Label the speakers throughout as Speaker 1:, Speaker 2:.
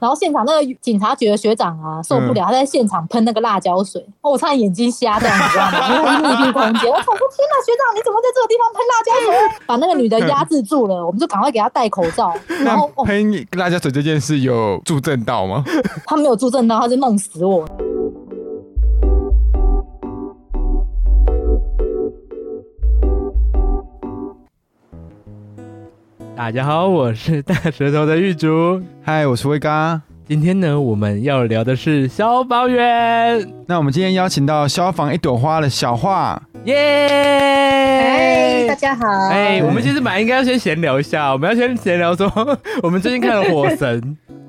Speaker 1: 然后现场那个警察局的学长啊，受
Speaker 2: 嗯
Speaker 1: 不了，他在现场喷那个辣椒水，哦，我差点眼睛瞎掉，你知道 吗？因为密闭空间，我想说天哪，学长你怎么在这个地方喷辣椒水？ 把那个女
Speaker 2: 嗯
Speaker 1: 的压制住了，我们就赶快给她戴口 罩。然
Speaker 3: 那
Speaker 1: 后哦，
Speaker 3: 喷辣椒水这件事有助阵到吗？
Speaker 1: 他没有助阵到，他就弄死我。
Speaker 2: 大家好，我是大舌头的玉竹。
Speaker 3: 嗨，我是威啊刚。
Speaker 2: 今天呢，我们要聊的是消防员，
Speaker 3: 那我们今天邀请到消防一朵花的小画，
Speaker 2: 耶！
Speaker 1: 哎
Speaker 4: 嗨，大家好。
Speaker 2: 哎，我们其实本来应该要先闲聊一下，我们要先闲聊说， 我们最近看了《火 神》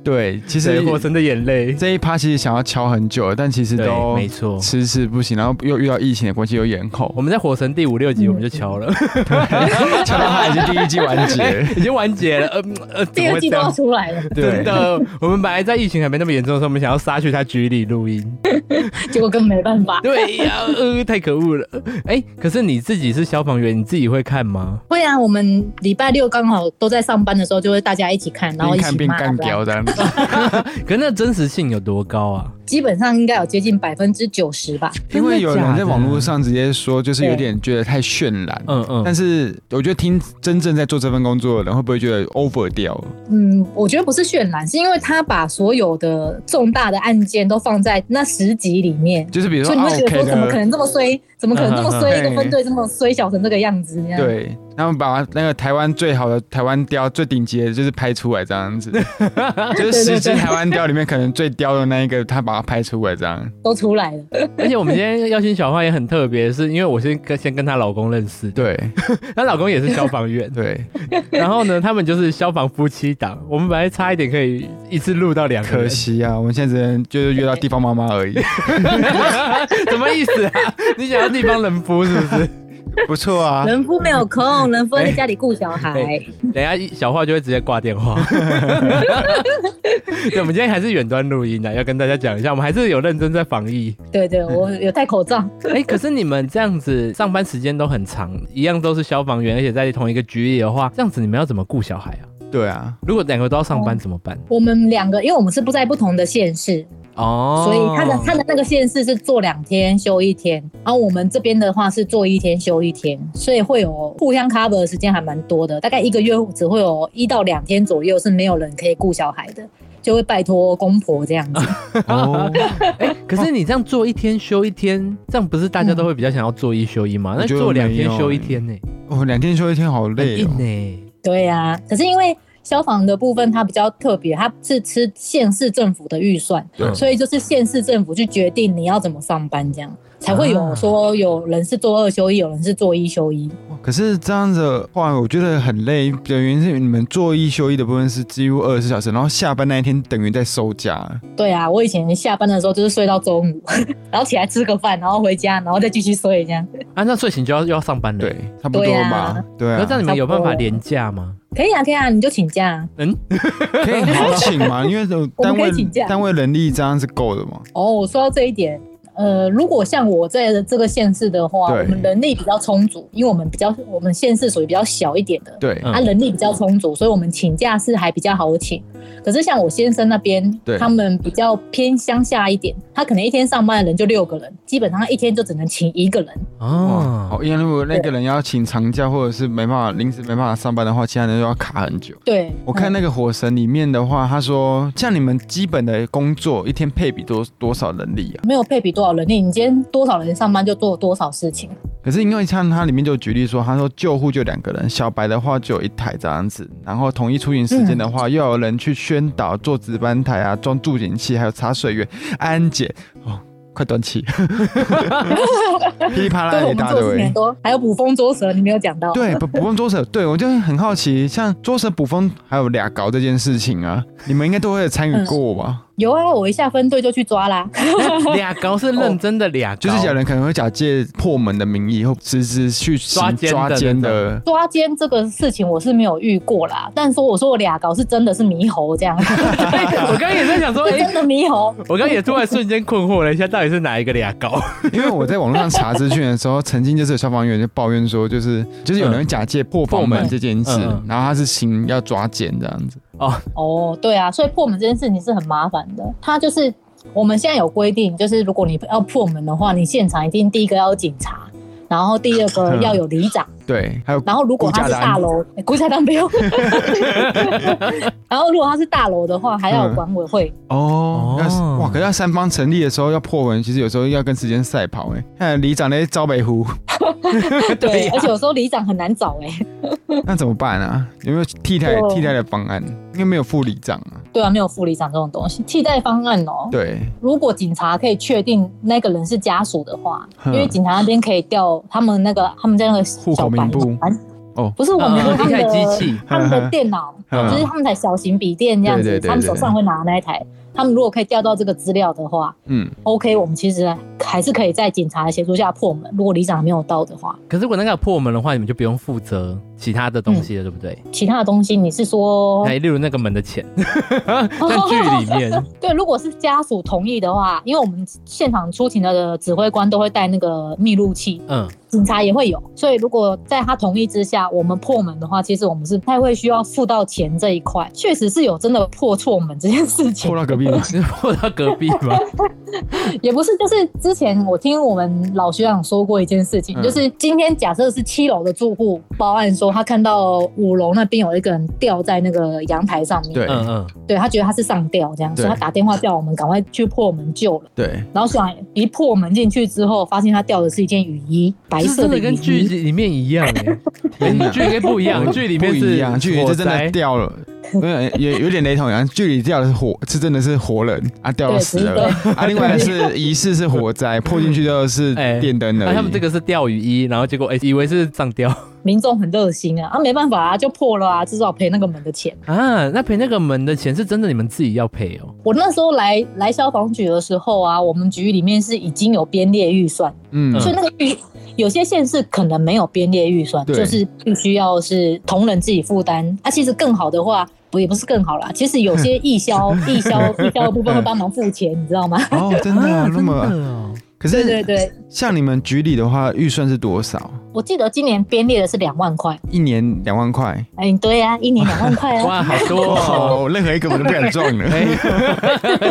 Speaker 3: 对，其
Speaker 2: 对，
Speaker 3: 实
Speaker 2: 《火神的眼泪》
Speaker 3: 这一趴其实想要敲很久，但其实
Speaker 2: 对，
Speaker 3: 都
Speaker 2: 没错。
Speaker 3: 迟迟不行，然后又遇到疫情的关系又 延后
Speaker 2: 我，们在《火神》第五六集我们就瞧了，哎
Speaker 3: 敲到它已经第一季 完 结。
Speaker 2: 已经完结了。呃嗯呃，怎
Speaker 1: 第
Speaker 2: 么
Speaker 1: 二
Speaker 2: 会
Speaker 1: 季
Speaker 2: 这
Speaker 1: 都要
Speaker 2: 样？
Speaker 1: 出来了，
Speaker 2: 真
Speaker 3: 对，
Speaker 2: 的，我们本来在疫情还没那么严重的时候，我们想要杀去他局里录音。
Speaker 1: 结果根本没办法。
Speaker 2: 对呀、呃，太可恶了。哎，可是你自己是消防员，你自己会看吗？
Speaker 1: 会啊，我们礼拜六刚好都在上班的时候，就会大家一起看，然后
Speaker 3: 边
Speaker 1: 一
Speaker 3: 看
Speaker 1: 起
Speaker 3: 边
Speaker 1: 骂。
Speaker 3: 干
Speaker 1: 这样
Speaker 3: 掉这样子。
Speaker 2: 可是那真实性有多高啊？
Speaker 1: 基本上应该有接近百分之九十吧。
Speaker 3: 因为有人在网络上直接说，就是有
Speaker 1: 对
Speaker 3: 点觉得太渲染。
Speaker 2: 嗯嗯，
Speaker 3: 但是我觉得听真正在做这份工作的人，会不会觉得 over 掉了？
Speaker 1: 嗯，我觉得不是渲染，是因为他把所有的重大的案件都放在那十集里面，
Speaker 3: 就是比如
Speaker 1: 所
Speaker 3: 说
Speaker 1: 以你
Speaker 3: 啊
Speaker 1: 会觉得说
Speaker 3: OK
Speaker 1: 怎么可
Speaker 3: 的，
Speaker 1: 能这么 衰，怎么可能这么
Speaker 3: 嗯嗯
Speaker 1: 衰，
Speaker 3: 嗯
Speaker 1: 一个分队这么衰小成这个样子？这样，
Speaker 3: 对，他们把那个台湾最好的台湾雕、最顶级的，就是拍出来这样子，就是十只台湾雕里面可能最雕的那一个，他把它拍出来这样。
Speaker 1: 都出来了。
Speaker 2: 而且我们今天邀请小花也很特别，是因为我先跟先跟她老公认识，
Speaker 3: 对，
Speaker 2: 她老公也是消防 员
Speaker 3: 对，
Speaker 2: 然后呢，他们就是消防夫妻档。我们本来差一点可以一次录到两个
Speaker 3: 可
Speaker 2: 人，
Speaker 3: 惜啊，我们现在只能就是约到地方妈妈而已。
Speaker 2: 什么意思啊？你想要地方人夫是不 是？
Speaker 3: 不错啊，
Speaker 1: 人夫没有 空，人夫在家里顾小孩
Speaker 2: 哎。等一下一小花就会直接挂 电话。对，我们今天还是远端录音啊的，要跟大家讲一下，我们还是有认真在防疫。
Speaker 1: 对对，我有戴口罩。
Speaker 2: 哎、可是你们这样子上班时间都很长，一样都是消防员，而且在同一个局里的话，这样子你们要怎么顾小孩啊？
Speaker 3: 对啊，
Speaker 2: 如果两个都要上班
Speaker 1: 哦
Speaker 2: 怎么办？
Speaker 1: 我们两个，因为我们是不在不同的县市，
Speaker 2: 哦，
Speaker 1: 所以他的他的那个县市是做两天休一天，然后我们这边的话是做一天休一天，所以会有互相 cover 的时间还蛮多的，大概一个月只会有一到两天左右是没有人可以顾小孩的，就会拜托公婆这 样子。
Speaker 3: 哦，
Speaker 2: 哎、可是你这样做一天休一天，这样不是大家都会比较想要做一休一吗？那
Speaker 3: 我觉得
Speaker 2: 做两天
Speaker 3: 没有
Speaker 2: 休一
Speaker 3: 哎
Speaker 2: 天呢、
Speaker 3: 哦，两天休一天好
Speaker 2: 很
Speaker 3: 累
Speaker 2: 硬欸
Speaker 3: 哦。
Speaker 2: 呢、
Speaker 1: 对呀、可是因为消防的部分它比较特别，它是吃县市政府的预算，
Speaker 2: 对
Speaker 1: 所以就是县市政府去决定你要怎么上班，这样才会
Speaker 2: 啊
Speaker 1: 有说有人是做二休一，有人是做一休一。
Speaker 3: 可是这样子的话，我觉得很累的原因是你们做一休一的部分是几乎二十四小时，然后下班那一天等于在收假。
Speaker 1: 对啊，我以前下班的时候就是睡到中午， 然后起来吃个饭，然后回家，然后再继续睡这样。
Speaker 2: 啊，那睡醒就要又要上班了。，
Speaker 3: 对，差不多吧。对
Speaker 2: 那
Speaker 3: 啊
Speaker 2: 这，样你们有办
Speaker 1: 差
Speaker 2: 法
Speaker 1: 不多
Speaker 2: 连假吗？
Speaker 1: 可以啊，可以啊，你就请假啊。
Speaker 3: 可以好请 嘛，因为有
Speaker 1: 我
Speaker 3: 单
Speaker 1: 们可
Speaker 3: 位
Speaker 1: 以请假
Speaker 3: 单位人力这样是够的嘛。
Speaker 1: 哦，我说到这一点，呃，如果像我在这个县市的话，
Speaker 3: 对
Speaker 1: 我们人力比较充足，因为我们比较我们县市属于比较小一点的，
Speaker 3: 对
Speaker 2: 嗯
Speaker 1: 啊，人力比较充足，所以我们请假是还比较好请。可是像我先生那边
Speaker 3: 对，
Speaker 1: 他们比较偏乡下一点，他可能一天上班的人就六个人，基本上他一天就只能请一个人。
Speaker 3: 哇，
Speaker 2: 哦，
Speaker 3: 好，因为如果那个人要请长假或者是没办法临时没办法上班的话，其他人就要卡很久。
Speaker 1: 对，
Speaker 3: 我看
Speaker 1: 嗯
Speaker 3: 那个《火神》里面的话，他说像你们基本的工作一天配比多多少人力啊？
Speaker 1: 没有配比多少人力，你今天多少人上班就做多少事情。
Speaker 3: 可是因为像它里面就举例说，他说救护就两个人，小白的话就有一台这样子，然后统一出勤时间的话，又有人去宣导、做值班台啊、装助警器，还有查水源、安检哦。快断气，噼里啪啦
Speaker 1: 对
Speaker 3: 一
Speaker 1: 我们
Speaker 3: 哎大
Speaker 1: 做的事情
Speaker 3: 堆
Speaker 1: 很。多，还有捕风捉蛇，你没有讲到。
Speaker 3: 对，捕捕风捉蛇，对我就很好奇，像捉蛇捕风还有俩搞这件事情啊，你们应该都会有参与过
Speaker 2: 嗯
Speaker 3: 吧？
Speaker 1: 有啊，我一下分队就去抓啦。
Speaker 2: 俩高是认真的俩高，
Speaker 3: 哦就是有人可能会假借破门的名义，或实质去行
Speaker 2: 抓奸的
Speaker 3: 抓奸的。
Speaker 1: 抓奸这个事情我是没有遇过啦，但说我说我俩搞是真的是猕猴这样，
Speaker 2: 我刚刚也在想说，
Speaker 1: 是
Speaker 2: 哎、
Speaker 1: 真的猕猴。
Speaker 2: 我刚刚也突然瞬间困惑了一下，到底是哪一个俩高？
Speaker 3: 因为我在网络上查资讯的时候，曾经就是有消防员就抱怨说，就是就是有人假借破房门这件事，
Speaker 2: 嗯嗯嗯
Speaker 3: 然后他是行要抓奸这样子。
Speaker 2: 哦，
Speaker 1: 哦，对啊，所以破门这件事情是很麻烦的。它就是我们现在有规定，就是如果你要破门的话，你现场一定第一个要有警察，然后第二个
Speaker 3: 嗯
Speaker 1: 要有里长，
Speaker 3: 对，还有
Speaker 1: 然后如果他是大 楼，哎国家单不用。 然后如果他是大楼的话，还要有管委 会。
Speaker 3: 哦
Speaker 2: 哦，
Speaker 3: 那是哇，可是要三方成立的时候要破文，其实有时候要跟时间赛跑哎、看里长那些招北 湖，
Speaker 1: 对，
Speaker 2: 呀
Speaker 1: 而且有时候里长很难找哎、
Speaker 3: 那怎么办啊？有没有替代
Speaker 1: 对
Speaker 3: 替代的方案？因为没有副里长啊，
Speaker 1: 对啊，没有副里长这种东西，替代方案哦、
Speaker 3: 对，
Speaker 1: 如果警察可以确定那个人是家属的话，
Speaker 3: 嗯
Speaker 1: 因为警察那边可以调他们那个他们在那个
Speaker 3: 户口名簿
Speaker 1: 小白板
Speaker 3: 哦
Speaker 1: 不是我们
Speaker 2: 呃
Speaker 1: 他们
Speaker 2: 厉害机
Speaker 1: 的
Speaker 2: 器
Speaker 1: 他们的电脑，
Speaker 3: 嗯
Speaker 1: 就是他们台小型笔电这样
Speaker 3: 对对
Speaker 1: 子，
Speaker 3: 对
Speaker 1: 他们手上会拿那一台。他们如果可以调到这个资料的话
Speaker 3: 嗯，
Speaker 1: ，OK，我们其实还是可以在警察的协助下破门。如果里长没有到的话，
Speaker 2: 可是如果那个破门的话，你们就不用负责其他的东西了，对不对？
Speaker 1: 其他的东西你是说
Speaker 2: 哎，例如那个门的钱， 在剧里面，
Speaker 1: 对，如果是家属同意的话，因为我们现场出庭的指挥官都会带那个密录器，
Speaker 2: 嗯，
Speaker 1: 警察也会有，所以如果在他同意之下，我们破门的话，其实我们是不太会需要付到钱这一块。确实是有真的破错门这件事情
Speaker 3: 破，到隔壁嘛，
Speaker 2: 你是破到隔壁吗？
Speaker 1: 也不是，就是之前我听我们老学长说过一件事情，
Speaker 3: 嗯
Speaker 1: 就是今天假设是七楼的住户报案说，他看到五楼那边有一个人吊在那个阳台上面，
Speaker 3: 对
Speaker 2: 嗯嗯，
Speaker 1: 对他觉得他是上吊这样，
Speaker 3: 对
Speaker 1: 所以他打电话叫我们赶快去破门救人。
Speaker 3: 对，
Speaker 1: 然后想一破门进去之后，发现他掉的是一件雨衣，白
Speaker 2: 这
Speaker 1: 色的
Speaker 2: 真的
Speaker 1: 雨
Speaker 2: 跟剧
Speaker 1: 衣。
Speaker 2: 里面一样哎，
Speaker 3: 天哪
Speaker 2: 剧跟不一样，剧里面
Speaker 3: 不
Speaker 2: 是
Speaker 3: 一样，剧里
Speaker 2: 火
Speaker 3: 是真的
Speaker 2: 灾
Speaker 3: 掉了，有点也有点雷同一样，剧里掉的是火，是真的是活人啊，掉到
Speaker 1: 对
Speaker 3: 死
Speaker 1: 只是
Speaker 3: 了啊，另外是疑似是火 灾，破进去就是
Speaker 2: 哎
Speaker 3: 电灯而
Speaker 2: 那
Speaker 3: 已。
Speaker 2: 他们这个是钓鱼衣，然后结果哎、以为是上吊
Speaker 1: 民众很热心啊，啊没办法啊，就破了啊，至少赔那个门的钱。
Speaker 2: 啊，那赔那个门的钱是真的你们自己要赔哦。
Speaker 1: 我那时候来来消防局的时候啊，我们局里面是已经有编列预算，
Speaker 3: 嗯
Speaker 1: 所以那个预有些县市可能没有编列预算，
Speaker 3: 对
Speaker 1: 就是必须要是同仁自己负担。啊，其实更好的话，不也不是更好啦，其实有些义 消、义消、义消的部分会帮忙付钱，你知道吗？
Speaker 3: 哦， 真的啊那
Speaker 2: 真
Speaker 3: 么，
Speaker 2: 的哦，
Speaker 3: 可
Speaker 1: 对对
Speaker 3: 是
Speaker 1: 对，
Speaker 3: 像你们局里的话，预算是多少？
Speaker 1: 我记得今年编列的是两万块。
Speaker 3: 一年两万块。
Speaker 1: 哎，对啊，一年两万块啊。
Speaker 2: 哇，好多哦，
Speaker 3: 哦，任何一个我都不敢撞了，
Speaker 2: 哎、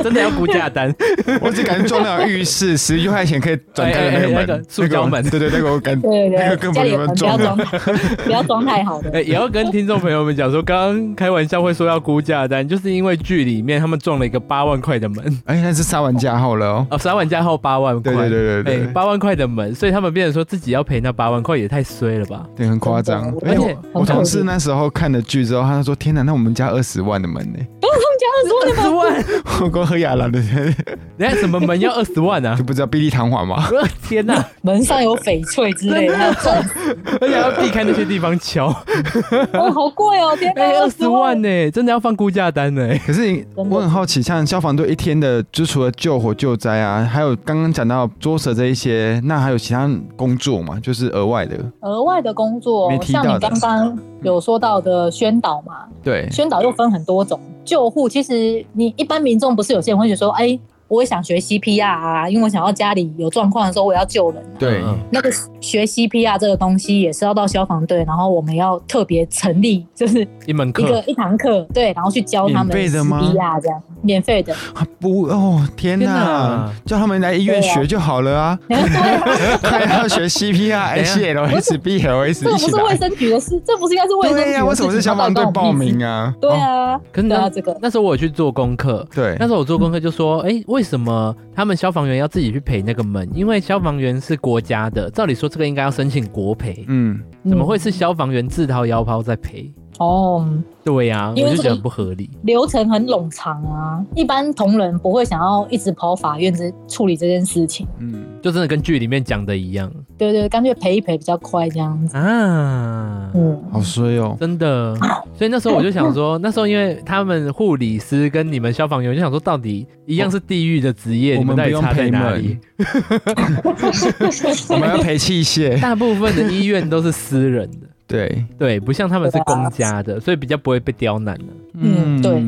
Speaker 2: 真的要估价单，
Speaker 3: 我只敢撞那种浴室十一块钱可以转开的那个
Speaker 2: 哎哎哎那
Speaker 3: 门
Speaker 2: 个，塑胶门
Speaker 3: 那个对对，那个我敢，
Speaker 1: 对对对，
Speaker 3: 那个根
Speaker 1: 家
Speaker 3: 本
Speaker 1: 里
Speaker 3: 没
Speaker 1: 有
Speaker 3: 有
Speaker 1: 门不要装
Speaker 3: 啊撞的，
Speaker 1: 太，不要装太好的。
Speaker 2: 哎、也要跟听众朋友们讲说，刚刚开玩笑会说要估价单，就是因为剧里面他们撞了一个八万块的门，
Speaker 3: 哎，那是杀完价后了哦。
Speaker 2: 哦，三万加后八万块，
Speaker 3: 对
Speaker 2: 哎
Speaker 3: 对对对对
Speaker 2: 八、万块的门，所以他们变成说自己要赔那八万块，也太衰了吧？
Speaker 3: 对，很夸张。
Speaker 1: 真
Speaker 2: 的
Speaker 3: 而
Speaker 2: 而
Speaker 3: 且
Speaker 2: 且
Speaker 3: 我
Speaker 1: 很
Speaker 3: 同
Speaker 1: 可
Speaker 3: 事
Speaker 1: 惜
Speaker 3: 那时候看了剧之后，他说：“天哪，那我们家二十万的门呢、
Speaker 2: 二十万，
Speaker 3: 我光喝雅兰的
Speaker 2: 人家什么门要二十万啊
Speaker 3: 就？不知道比利糖华吗？
Speaker 2: 我的天哪、
Speaker 1: 门上有翡翠之类的，还有钻石，
Speaker 2: 而且要避开那些地方敲。
Speaker 1: 哦，好贵哦，天哪，
Speaker 2: 哎，二十万
Speaker 1: 呢！
Speaker 2: 呢、真的要放估价单 呢、哎
Speaker 3: 可是你
Speaker 1: 真的
Speaker 3: 我很好奇，像消防队一天的，就除了救火救灾啊，还有刚刚讲到捉蛇这一些，那还有其他工作嘛？就是额外的，
Speaker 1: 额外的工作
Speaker 3: 没，提到
Speaker 1: 像
Speaker 3: 的
Speaker 1: 你刚刚有说到的宣导嘛，
Speaker 3: 对，
Speaker 1: 宣导又分很多种。救护其实你一般民众不是有些人会觉得说，哎，我也想学 CPR 啊，因为我想要家里有状况的时候我也要救人、啊。
Speaker 3: 对，
Speaker 2: 嗯
Speaker 1: 那个学 CPR 这个东西也是要到消防队，然后我们要特别成立，就是
Speaker 2: 一门
Speaker 1: 一个
Speaker 2: 课，
Speaker 1: 一堂课，对，然后去教他们
Speaker 3: 免费的吗
Speaker 1: CPR 这样，免费的。
Speaker 3: 啊不哦，天
Speaker 2: 天
Speaker 3: 哪
Speaker 2: 哪，
Speaker 3: 叫他们来医院
Speaker 1: 对啊
Speaker 3: 学就好了啊，
Speaker 1: 对 啊，
Speaker 3: 还要学 CPR、
Speaker 2: 等一下
Speaker 3: HL、
Speaker 1: 这个不是卫
Speaker 3: HBL 一起来。
Speaker 1: 生局的事，这不是应该是卫生局的事
Speaker 3: 对
Speaker 1: 情
Speaker 3: 呀、
Speaker 1: 吗？
Speaker 3: 为什么是消防队报名
Speaker 1: 啊？
Speaker 3: 啊？
Speaker 1: 对
Speaker 3: 哦，
Speaker 1: 啊，
Speaker 2: 可是
Speaker 1: 对
Speaker 2: 那
Speaker 1: 啊，这个
Speaker 2: 那时候我有去做功课，
Speaker 3: 对，
Speaker 2: 那时候我做功课就说，哎、为什么他们消防员要自己去赔那个门？因为消防员是国家的，照理说这个应该要申请国赔，
Speaker 3: 嗯，
Speaker 1: 嗯
Speaker 2: 怎么会是消防员自掏腰包在赔？
Speaker 1: 哦？
Speaker 2: 对呀、
Speaker 1: 因
Speaker 2: 我
Speaker 1: 为这个
Speaker 2: 就觉得很不合理。
Speaker 1: 流程很冗长啊，一般同仁不会想要一直跑法院这处理这件事情。
Speaker 3: 嗯，
Speaker 2: 就真的跟剧里面讲的一样
Speaker 1: 对对，干脆赔一赔比较快这样子。
Speaker 2: 啊，
Speaker 1: 嗯，
Speaker 3: 好衰哦。
Speaker 2: 真的。所以那时候我就想说，那时候因为他们护理师跟你们消防员，我就想说到底一样是地狱的职业，
Speaker 3: 我
Speaker 2: 你
Speaker 3: 们
Speaker 2: 们到
Speaker 3: 不
Speaker 2: 底
Speaker 3: 用
Speaker 2: 差在
Speaker 3: 赔
Speaker 2: 哪里
Speaker 3: 门？， 我们要赔器 械。
Speaker 2: 大部分的医院都是私人的，
Speaker 3: 对，
Speaker 2: 对，不像他们是公家的，所以比较不会被刁难啊的。
Speaker 1: 嗯对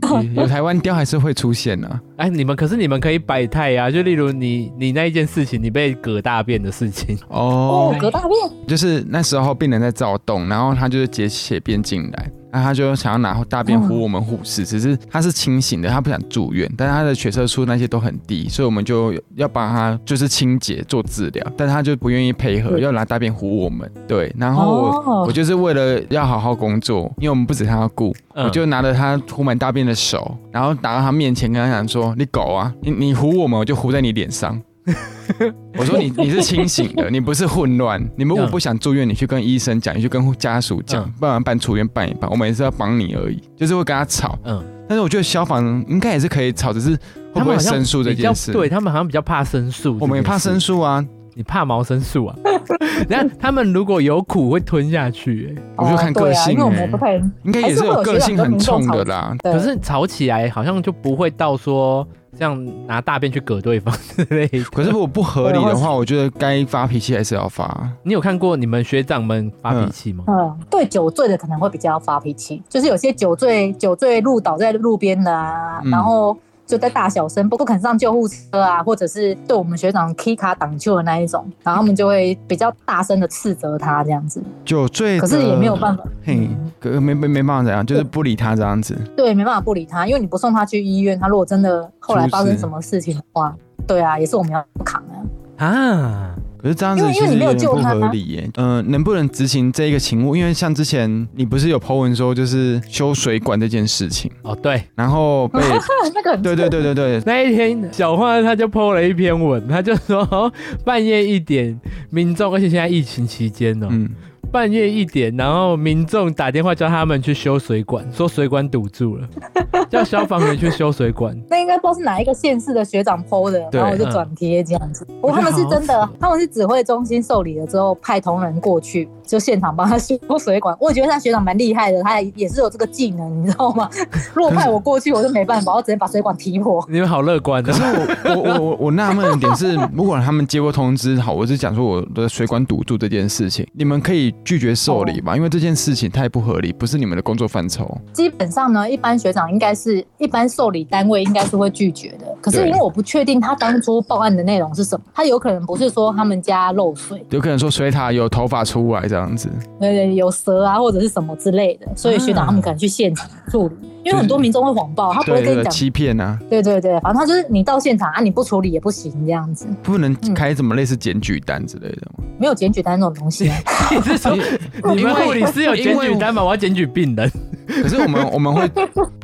Speaker 3: 对，有台湾雕还是会出现啊呢、
Speaker 2: 哎，你们可是你们可以摆态呀，就例如你你那一件事情，你被葛大便的事情，
Speaker 3: 哦
Speaker 1: 哦，，隔大便，
Speaker 3: 就是那时候病人在躁动，然后他就是解血便进来，那他就想要拿大便呼我们护
Speaker 1: 哦
Speaker 3: 士，只是他是清醒的，他不想住院，但是他的血色素那些都很低，所以我们就要帮他就是清洁做治疗，但他就不愿意配合，
Speaker 1: 对
Speaker 3: 要拿大便呼我们。对，然后我、
Speaker 1: 哦
Speaker 3: 我就是为了要好好工作，因为我们不止他要顾，
Speaker 2: 嗯
Speaker 3: 我就拿着他糊满大便的手，然后打到他面前，跟他讲说：“你狗啊，你你糊我们，我就糊在你脸 上。”我说你你是清醒的，你不是混乱。你如果
Speaker 2: 嗯
Speaker 3: 不想住院，你去跟医生讲，你去跟家属讲
Speaker 2: 嗯，
Speaker 3: 不然办出院办一办。我们也是要帮你而已，就是会跟他吵。
Speaker 2: 嗯，
Speaker 3: 但是我觉得消防应该也是可以吵，只是会不
Speaker 2: 他们
Speaker 3: 会
Speaker 2: 好像
Speaker 3: 申诉这
Speaker 2: 比较
Speaker 3: 件事？
Speaker 2: 对，他嗯们好像比较怕申诉，
Speaker 3: 我们也怕申
Speaker 2: 诉。
Speaker 3: 诉啊，
Speaker 2: 你怕毛申诉啊？ 然后他们如果有苦会吞下去、欸
Speaker 3: 我就看个
Speaker 4: 哦对啊，
Speaker 3: 性
Speaker 4: 因为我们
Speaker 3: 欸
Speaker 4: 不太，
Speaker 3: 应该也
Speaker 4: 还是会有
Speaker 3: 有个性很冲的啦。
Speaker 4: 对
Speaker 2: 可是吵起来好像就不会到说这样拿大便去葛对方之类的。
Speaker 3: 可是如果不合理
Speaker 4: 对
Speaker 3: 的
Speaker 4: 或
Speaker 3: 话，我觉得该发脾气还是要发。
Speaker 2: 你有看过你们学长们发脾气吗？
Speaker 1: 嗯，对酒醉的可能会比较发脾气，就是有些酒醉酒醉路倒在路边的啊，
Speaker 3: 嗯
Speaker 1: 然后就在大小声，不肯上救护车啊，或者是对我们学长 K 卡挡球的那一种，然后他们就会比较大声的斥责他这样子，
Speaker 3: 酒醉的，
Speaker 1: 可是也没有办法，
Speaker 3: 嘿，可没没没办法怎样，就是不理他这样子。
Speaker 1: 对，没办法不理他，因为你不送他去医院，他如果真的后来发
Speaker 3: 出
Speaker 1: 生
Speaker 3: 事
Speaker 1: 什么事情的话，对啊，也是我们要扛啊。
Speaker 3: 嗯
Speaker 2: 啊，
Speaker 3: 可是这样子其
Speaker 1: 因为因为
Speaker 3: 实
Speaker 1: 你没有
Speaker 3: 点不
Speaker 1: 救他
Speaker 3: 合理耶。嗯、能不能执行这一个勤务？因为像之前你不是有 po 文说就是修水管这件事情，
Speaker 2: 哦对，
Speaker 3: 然后 被
Speaker 1: 那个很
Speaker 3: 对对对对对，
Speaker 2: 那一天小花她就 po 了一篇文，她就说哦半夜一点，民众，而且现在疫情期间哦，
Speaker 3: 嗯，
Speaker 2: 半夜一点，然后民众打电话叫他们去修水管，说水管堵住 了，叫消防员去修水管。
Speaker 1: 那应该不知道是哪一个县市的学长 PO 的，
Speaker 3: 对
Speaker 1: 然后我就转贴这样子。不过他们是真
Speaker 2: 我觉得
Speaker 1: 的
Speaker 2: 好扯，
Speaker 1: 他们是指挥中心受理了之后派同仁过去，就现场帮他 修水管。我也觉得他学长蛮厉害的，他也是有这个技能，你知道吗？ 如果派我过去，我就没办法，我直接把水管踢破。
Speaker 2: 你们好乐观
Speaker 3: 可
Speaker 2: 哦
Speaker 3: 是我我我我我纳闷的点是， 如果他们接过通知，好，我是讲说我的水管堵住这件事情，你们可以拒绝受理
Speaker 1: 哦
Speaker 3: 吧，因为这件事情太不合理，不是你们的工作范畴。
Speaker 1: 基本上呢，一般学长应该是一般受理单位应该是会拒绝的。可是
Speaker 3: 对
Speaker 1: 因为我不确定他当初报案的内容是什么，他有可能不是说他们家漏水，
Speaker 3: 有可能说水塔有头发出来这样子，
Speaker 1: 呃，有蛇啊或者是什么之类的，所以学长他们可能去现场处理，因为很多民众会谎报，他不会
Speaker 3: 啊对
Speaker 1: 跟你
Speaker 3: 对，
Speaker 1: 讲，
Speaker 3: 欺骗啊，
Speaker 1: 对对对，反正他就是你到现场啊，你不处理也不行这样子，
Speaker 3: 不能
Speaker 1: 嗯
Speaker 3: 开什么类似检举单之类的吗？
Speaker 1: 没有检举单那种东 西啊，
Speaker 2: 你是说 你们护理师有检举单吗？我要检举病人。
Speaker 3: 可是我 们我们会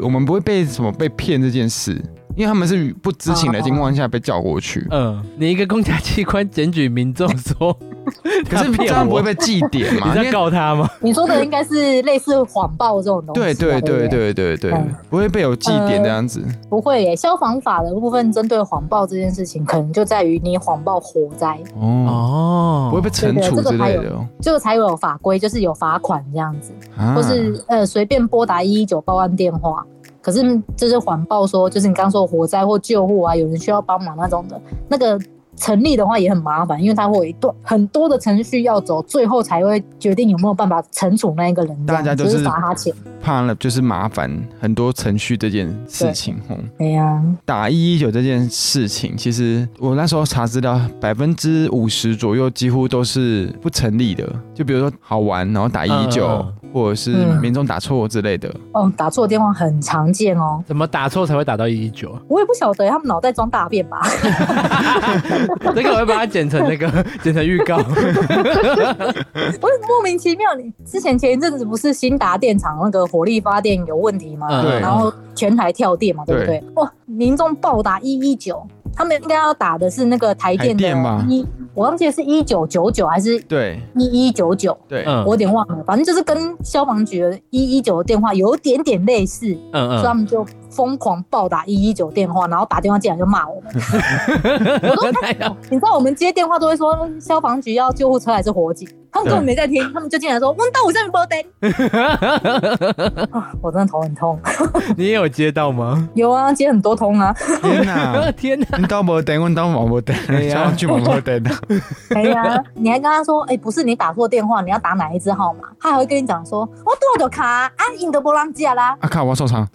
Speaker 3: 我们不会被什么被骗这件事，因为他们是不知情的情况下被叫过 去，
Speaker 2: 嗯，你一个公家机关检举民众说
Speaker 3: 可
Speaker 2: 他
Speaker 3: 是这
Speaker 2: 骗
Speaker 3: 样不
Speaker 2: 我
Speaker 3: 会，被记点嘛？
Speaker 2: 你
Speaker 3: 因
Speaker 2: 在
Speaker 3: 为
Speaker 2: 告他吗？
Speaker 1: 你说的应该是类似谎报这种东西啊、
Speaker 3: 对对
Speaker 1: 对不，
Speaker 3: 对对对对
Speaker 2: 哦
Speaker 1: 嗯，
Speaker 3: 不会被有记点这样子。
Speaker 1: 不会耶。消防法的部分针对谎报这件事情，可能就在于你谎报火灾，
Speaker 3: 哦，
Speaker 2: 哦
Speaker 3: 不会被惩处之类的哦，
Speaker 1: 这个才有法规，就是有罚款这样子。
Speaker 3: 啊
Speaker 1: 或是呃随便拨打一一九报案电话。可是就是环报说，就是你刚说火灾或救护啊，有人需要帮忙那种的，那个成立的话也很麻烦，因为它会有一段很多的程序要走，最后才会决定有没有办法惩处那一个人这样。
Speaker 3: 大家就
Speaker 1: 只
Speaker 3: 是
Speaker 1: 是罚他钱。
Speaker 3: 怕了就是麻烦很多程序这件事情。吼
Speaker 1: 对哎呀、
Speaker 3: 打一一九这件事情，其实我那时候查资料，百分之五十左右几乎都是不成立的。就比如说好玩，然后打一一九
Speaker 2: 嗯，
Speaker 3: 或者是
Speaker 1: 嗯
Speaker 3: 民众打错之类的。
Speaker 1: 哦，打错电话很常见哦，
Speaker 2: 怎么打错才会打到一一 九？
Speaker 1: 我也不晓得他们脑袋装大便吧？
Speaker 2: 这个我会把它剪成那个剪成预告。
Speaker 1: 我也莫名其妙，你之前前一阵子不是新达电厂那个火力发电有问题吗？
Speaker 2: 嗯
Speaker 3: 对
Speaker 1: 然后全台跳电嘛，对不对？哇，民众暴打一一九，他们应该要打的是那个台电
Speaker 3: 台电吧
Speaker 1: 的一，我忘记了是一九九九还是
Speaker 3: 对
Speaker 1: 一一九九，
Speaker 3: 对，
Speaker 2: 嗯
Speaker 1: 我有点忘了，反正就是跟消防局的一一九的电话有点点类似，
Speaker 2: 嗯
Speaker 1: 所以他
Speaker 2: 嗯，
Speaker 1: 们就疯狂暴打一一九电话，然后打电话进来就骂我们。
Speaker 2: 那要
Speaker 1: 你知道我们接电话都会说消防局要救护车还是火警，他们根本没在听，他们就进来说问到我这边报单。啊，我真的头很痛。
Speaker 2: 你也有接到吗？
Speaker 1: 有啊，接很多通啊。
Speaker 3: 天 哪！
Speaker 2: 天哪！
Speaker 3: 你当没等，我当毛没等，
Speaker 2: 对呀
Speaker 3: 想要去毛没等 的。
Speaker 1: 哎呀，你还跟他说，哎、不是你打错电话，你要打哪一支号码？他还会跟你讲说，我多 少卡啊，赢得波浪记啦。
Speaker 3: 啊靠！我要受伤。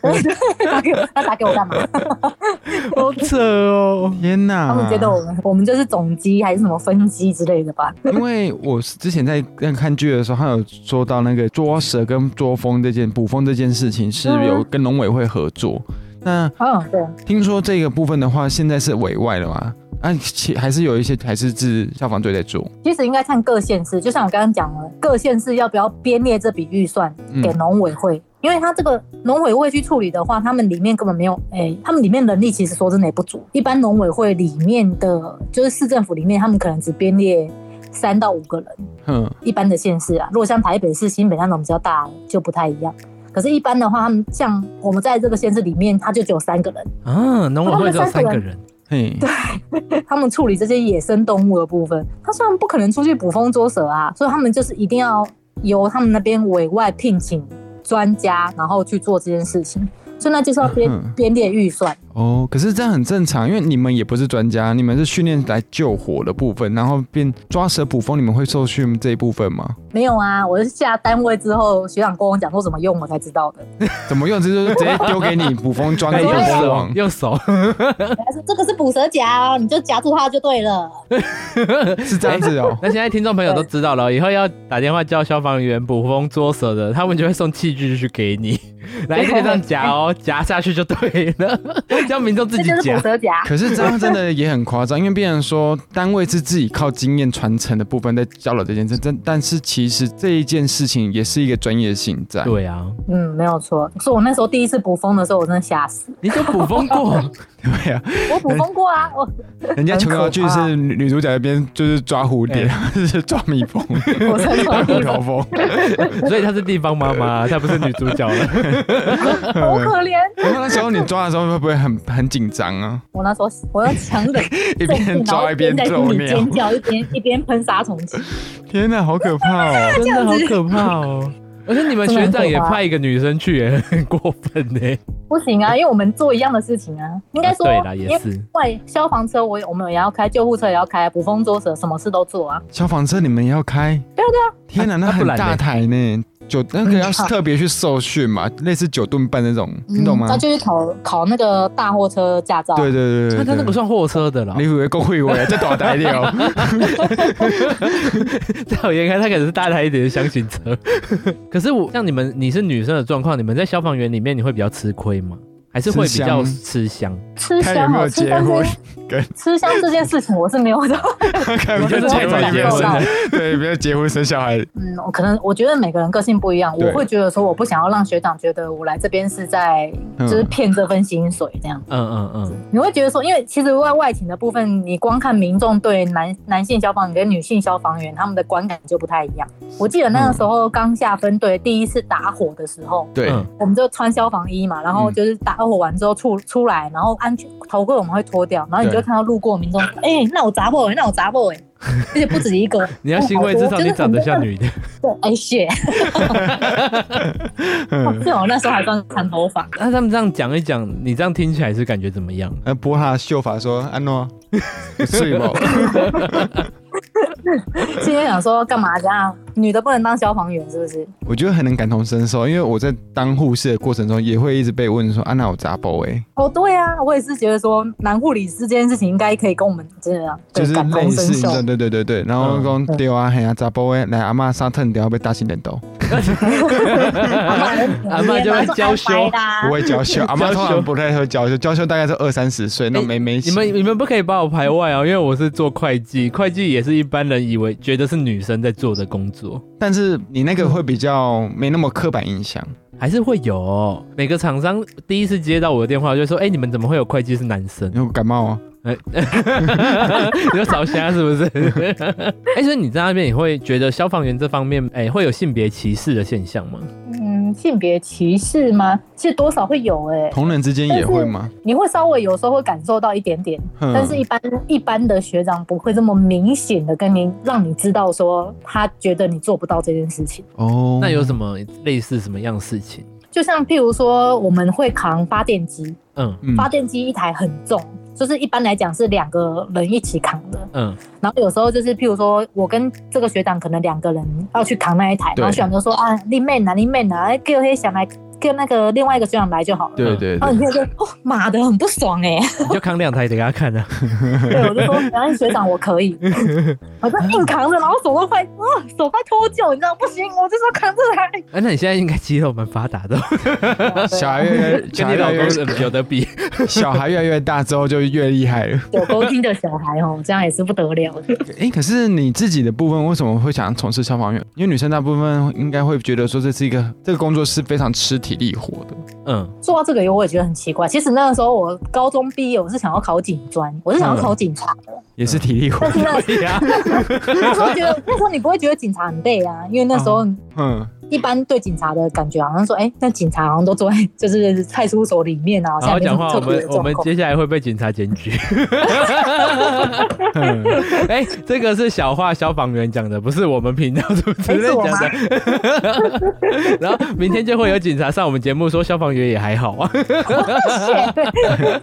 Speaker 1: 打给我，他打给我干嘛？
Speaker 2: 好扯哦！
Speaker 3: 天
Speaker 1: 他
Speaker 3: 哪！
Speaker 1: 们觉得 我们我们就是总机还是什么分机之类的吧？
Speaker 3: 因为我是之前在看剧的时候，他有说到那个捉蛇跟捉风这件捕风这件事情是有跟农委会合作。那
Speaker 1: 嗯，对，
Speaker 3: 听说这个部分的话，现在是委外了嘛？啊，其还是有一些还是自消防队在做。
Speaker 1: 其实应该看各县市，就像我刚刚讲了，各县市要不要编列这笔预算
Speaker 3: 嗯
Speaker 1: 给农委会？因为他这个农委会去处理的话，他们里面根本没有，哎、他们里面能力其实说真的也不足。一般农委会里面的，就是市政府里面，他们可能只编列三到五个人。
Speaker 3: 哼，
Speaker 1: 一般的县市啊，如果像台北市、新北那种比较大，就不太一样。可是，一般的话，他们像我们在这个县市里面，他就只有三个人，
Speaker 2: 啊，农委会只有三个人，
Speaker 3: 嘿，
Speaker 1: 他们处理这些野生动物的部分，他虽然不可能出去捕风捉蛇啊，所以他们就是一定要由他们那边委外聘请专家，然后去做这件事情。所以那就是要编
Speaker 3: 嗯哼
Speaker 1: 编列预算，
Speaker 3: 哦，可是这样很正常，因为你们也不是专家，你们是训练来救火的部分，然后变抓蛇捕风，你们会受训这一部分吗？
Speaker 1: 没有啊，我是下单位之后，学长跟我讲说怎么用，我才知道的。
Speaker 3: 怎么用？这就是直接丢给你捕风 装
Speaker 2: 哎
Speaker 3: 跟捕
Speaker 2: 用
Speaker 3: 风
Speaker 2: 手
Speaker 3: 网。
Speaker 2: 用 手，。
Speaker 1: 他说这个是捕蛇夹哦，你就夹住它就对了。
Speaker 3: 是这样子哦
Speaker 2: 那现在听众朋友都知道了，以后要打电话叫消防员捕风捉蛇的，他们就会送器具去给你， 来这个这样夹 哦，夹下去就对了， 叫民众自
Speaker 4: 这
Speaker 2: 己
Speaker 4: 就是
Speaker 2: 夹
Speaker 4: 捕。蛇夹。
Speaker 1: 哎
Speaker 3: 可是这样真的也很夸张，因为变成说单位是自己靠经验传承的部分在教导这件事，但但是其实这一件事情也是一个专业性在。
Speaker 2: 对啊，
Speaker 1: 嗯，没有错。所以我那时候第一次捕风的时候，我真的吓死。
Speaker 2: 你就捕风 过，
Speaker 3: 对啊，
Speaker 1: 我捕风过 啊，我
Speaker 3: 人家琼瑶剧
Speaker 1: 很可怕
Speaker 3: 是女女主角那边就是抓蝴蝶， 是抓蜜蜂，
Speaker 1: 我在
Speaker 3: 抓
Speaker 1: 旁
Speaker 3: 虎
Speaker 1: 边
Speaker 3: 头蜂。
Speaker 2: 所以她是地方妈妈，她不是女主角 了。
Speaker 1: 好可怜。
Speaker 3: 然后那时候你抓的时候会不会很很紧张啊？
Speaker 1: 我那时候我要强忍
Speaker 3: 一
Speaker 1: 镇
Speaker 3: 边
Speaker 1: 定，然后
Speaker 3: 抓
Speaker 1: 一
Speaker 3: 一边
Speaker 1: 边在
Speaker 3: 揍
Speaker 1: 心里
Speaker 3: 尿
Speaker 1: 尖，叫，一 边一边喷杀虫剂。
Speaker 3: 天哪，好可怕 哦！
Speaker 2: 真的好可怕哦！而且你们学长也派一个女生去，也很过分呢。
Speaker 1: 不行啊，因为我们做一样的事情啊。应该说，
Speaker 2: 啊对啦也是
Speaker 1: 因为消防车我也我们也要开，救护车也要开，捕风捉蛇，什么事都做啊。
Speaker 3: 消防车你们也要开？对
Speaker 1: 啊
Speaker 3: 对啊！哎天哪，
Speaker 2: 啊
Speaker 3: 那
Speaker 2: 不
Speaker 3: 很
Speaker 2: 然呢
Speaker 3: 大台呢，九那个要特别去受训嘛，类似九吨半那种，你懂吗
Speaker 1: 嗯那？就去考考那个大货车驾照。
Speaker 3: 对对对
Speaker 2: 那
Speaker 3: 对
Speaker 2: 他那个
Speaker 3: 对。
Speaker 2: 算货车的了
Speaker 3: 你，以为够会 我这多台哦了？
Speaker 2: 在我眼看他可能是大台一点的箱型 车。可是我像你们，你是女生的状况，你们在消防员里面你会比较吃亏吗？还是会比较吃香？
Speaker 1: 吃
Speaker 3: 看有
Speaker 1: 香
Speaker 3: 没
Speaker 1: 哦，
Speaker 3: 有
Speaker 1: 吃
Speaker 3: 结
Speaker 1: 香
Speaker 3: 婚
Speaker 1: 这，
Speaker 3: 跟
Speaker 1: 吃香这件事情我是没有的。
Speaker 3: 看有没
Speaker 2: 我觉
Speaker 3: 有
Speaker 2: 得
Speaker 3: 结
Speaker 2: 太
Speaker 3: 婚
Speaker 2: 早结
Speaker 3: 生
Speaker 2: 婚了，
Speaker 3: 对，不要结婚生小孩。
Speaker 1: 嗯，我可能我觉得每个人个性不一样，
Speaker 3: 对
Speaker 1: 我会觉得说我不想要让学长觉得我来这边是在
Speaker 3: 嗯
Speaker 1: 就是骗这份薪水这样。
Speaker 2: 嗯嗯嗯，
Speaker 1: 你会觉得说，因为其实外外勤的部分，你光看民众对男男性消防员跟女性消防员他们的观感就不太一样。我记得那个时候刚下分队第一次打火的时候，
Speaker 3: 对，
Speaker 2: 嗯
Speaker 1: 我们就穿消防衣嘛，然后就是打火完之后出出来，然后安全头盔我们会脱掉，然后你就会
Speaker 3: 对
Speaker 1: 看到路过的民众，哎、那我砸破哎，那我砸破哎，而
Speaker 2: ，
Speaker 1: 且不止一个哦
Speaker 2: 你要欣慰，至少你长得像
Speaker 1: 女。
Speaker 2: 女的。
Speaker 1: 对，哎、谢。 对，我那时候还算长头发，
Speaker 2: 那他们这样讲一讲，你这样听起来是感觉怎么样？
Speaker 3: 那拨他的秀发说：“安诺，你睡吗？
Speaker 1: 今天想说干嘛这样？女的不能当消防员是不是？
Speaker 3: 我觉得很能感同身受，因为我在当护士的过程中，也会一直被问说：“安、啊、娜，我砸包哎。
Speaker 1: 哦，对啊，我也是觉得说男护理师这件事情应该可以跟我们这样
Speaker 3: 就是
Speaker 1: 感
Speaker 3: 类
Speaker 1: 同
Speaker 3: 似
Speaker 1: 身
Speaker 3: 你知
Speaker 1: 受。
Speaker 3: 道，对对对对，然后讲对啊，嘿啊，查甫诶，来阿嬷沙腾掉被打醒人头，
Speaker 1: 阿嬷
Speaker 2: 阿嬷就会娇羞
Speaker 1: 阿嬷说哎白啦
Speaker 3: 不会娇羞，阿嬷通
Speaker 2: 娇羞
Speaker 3: 常不太会娇羞，娇羞大概是二三十岁，那
Speaker 2: 哎
Speaker 3: 没没
Speaker 2: 你们你们不可以把我排外啊，因为我是做会计，会计也是一般人以为觉得是女生在做的工作。
Speaker 3: 但是你那个会比较没那么刻板印象，
Speaker 2: 还是会有、每个厂商第一次接到我的电话就会说：“哎、你们怎么会有会计是男生
Speaker 3: 因为我感冒啊，？”
Speaker 2: 你说少瞎是不是？ 哎、所以你在那边你会觉得消防员这方面，哎、会有性别歧视的现象吗？
Speaker 1: 嗯，性别歧视吗？其实多少会有哎、
Speaker 3: 同人之间也会吗？
Speaker 1: 你会稍微有时候会感受到一点点，
Speaker 3: 嗯
Speaker 1: 但是一般一般的学长不会这么明显的跟你让你知道说他觉得你做不到这件事情。
Speaker 3: 哦，
Speaker 2: 那有
Speaker 3: 么？
Speaker 2: 什么类似什么样的事情？
Speaker 1: 就像譬如说，我们会扛发电机，
Speaker 2: 嗯
Speaker 3: 嗯
Speaker 1: 发电机一台很重，就是一般来讲是两个人一起扛的。
Speaker 2: 嗯
Speaker 1: 然后有时候就是譬如说，我跟这个学长可能两个人要去扛那一台，
Speaker 3: 对
Speaker 1: 啊然后学长就说啊，你妹呐，你妹呐，给我些想来跟那个另外一个学长来就好了。
Speaker 3: 对对
Speaker 1: 然后你
Speaker 3: 对，
Speaker 1: 就哦，妈的，很不爽 哎、
Speaker 2: 你 就扛两台给他看啊。
Speaker 1: 对，我就说，没关系，学长，我可 以，我就硬扛着，然后手都快，啊，手快脱臼，你知道，不行，我就是要扛着来。
Speaker 2: 哎、那你现在应该肌肉蛮发达 的， 哦
Speaker 3: 小孩越来小
Speaker 2: 跟
Speaker 3: 孩
Speaker 2: 你
Speaker 3: 越
Speaker 2: 老
Speaker 3: 来越
Speaker 2: 公有的比。
Speaker 3: 小孩越来越大之后就越厉害了。
Speaker 1: 有沟通的小孩哦，这样也是不得了的。
Speaker 3: 哎，可是你自己的部分为什么会想从事消防员？因为女生大部分应该会觉得说这是一个这个工作是非常吃体力活的。
Speaker 2: 嗯，
Speaker 1: 说到这个，我也觉得很奇怪。其实那个时候我高中毕业，我是想要考警专，我是想要考警察，
Speaker 3: 也是体力活
Speaker 1: 但。是那
Speaker 2: 嗯对呀、
Speaker 1: 那时候觉得，那时候你不会觉得警察很累啊，因为那时候
Speaker 2: 哦
Speaker 3: 嗯，
Speaker 1: 一般对警察的感觉好像说，哎、那警察好像都坐在就是派出所里面啊，好像没
Speaker 2: 好好
Speaker 1: 什
Speaker 2: 讲
Speaker 1: 么
Speaker 2: 话，
Speaker 1: 特
Speaker 2: 我
Speaker 1: 别的
Speaker 2: 们我
Speaker 1: 状
Speaker 2: 们
Speaker 1: 况。
Speaker 2: 接下来会被警察检举。
Speaker 3: 嗯
Speaker 2: 哎、这个是小话消防员讲的，不是我们频道主持人讲的。 然后明天就会有警察上我们节目说消防员也还好啊。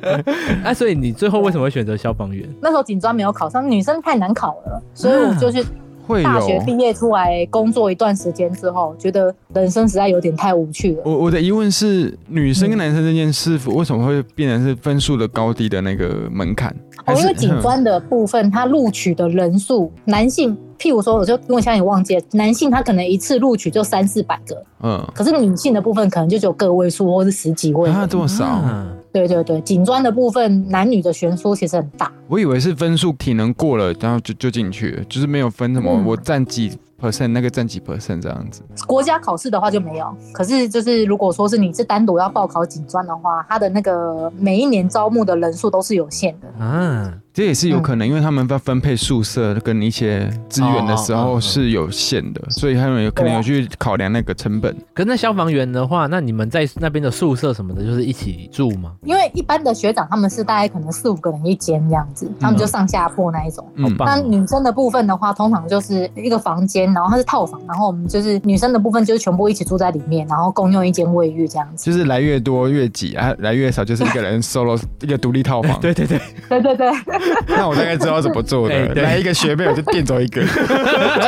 Speaker 2: 啊，所以你最后为什么会选择消防员？
Speaker 1: 那时候警专没有考上，女生太难考了，所以我就
Speaker 2: 啊
Speaker 1: 去
Speaker 3: 嗯
Speaker 2: 哦
Speaker 3: 会
Speaker 1: 大学
Speaker 3: 有。
Speaker 1: 毕业出来工作一段时间之后，觉得人生实在有点太无趣了。
Speaker 3: 我我的疑问是，女生跟男生这件事为什么会变成是分数的高低的那个门槛？还
Speaker 1: 哦，
Speaker 3: 是
Speaker 1: 因为警专的部分，它录取的人数，男性，譬如说，我就因为我现在也忘记了，男性他可能一次录取就三四百个，
Speaker 3: 嗯
Speaker 1: 可是女性的部分可能就只有个位数或是十几位。
Speaker 3: 啊这么少，
Speaker 2: 啊
Speaker 1: 对对对，警专的部分男女的悬殊其实很大。
Speaker 3: 我以为是分数体能过了，然后就就进去了，就是没有分什么、
Speaker 1: 嗯
Speaker 3: 我占几 percent，那个占几 percent 这样子。
Speaker 1: 国家考试的话就没有，可是就是如果说是你是单独要报考警专的话，它的那个每一年招募的人数都是有限的。
Speaker 2: 啊！
Speaker 3: 这也是有可能，因为他们在分配宿舍跟一些资源的时
Speaker 2: 哦哦哦
Speaker 3: 候
Speaker 2: 哦
Speaker 3: 是有限的，所以他们有可能有去考量那个成本。
Speaker 2: 可那消防员的话，那你们在那边的宿舍什么的，就是一起住吗？
Speaker 1: 因为一般的学长他们是大概可能四五个人一间这样子，他们就上下铺那一种。
Speaker 2: 好
Speaker 3: 嗯，
Speaker 2: 棒
Speaker 1: 那
Speaker 2: 哦！
Speaker 1: 女生的部分的话，通常就是一个房间，然后它是套房，然后我们就是女生的部分就是全部一起住在里面，然后共用一间卫浴这样子。
Speaker 3: 就是来越多越挤啊，来越少就是一个人 solo 一个独立套房。
Speaker 2: 对对 对，
Speaker 1: 对对对，
Speaker 3: 那我大概知道怎么做
Speaker 2: 哎
Speaker 3: 的，
Speaker 2: 对
Speaker 3: 来一个学妹我就垫走一 个，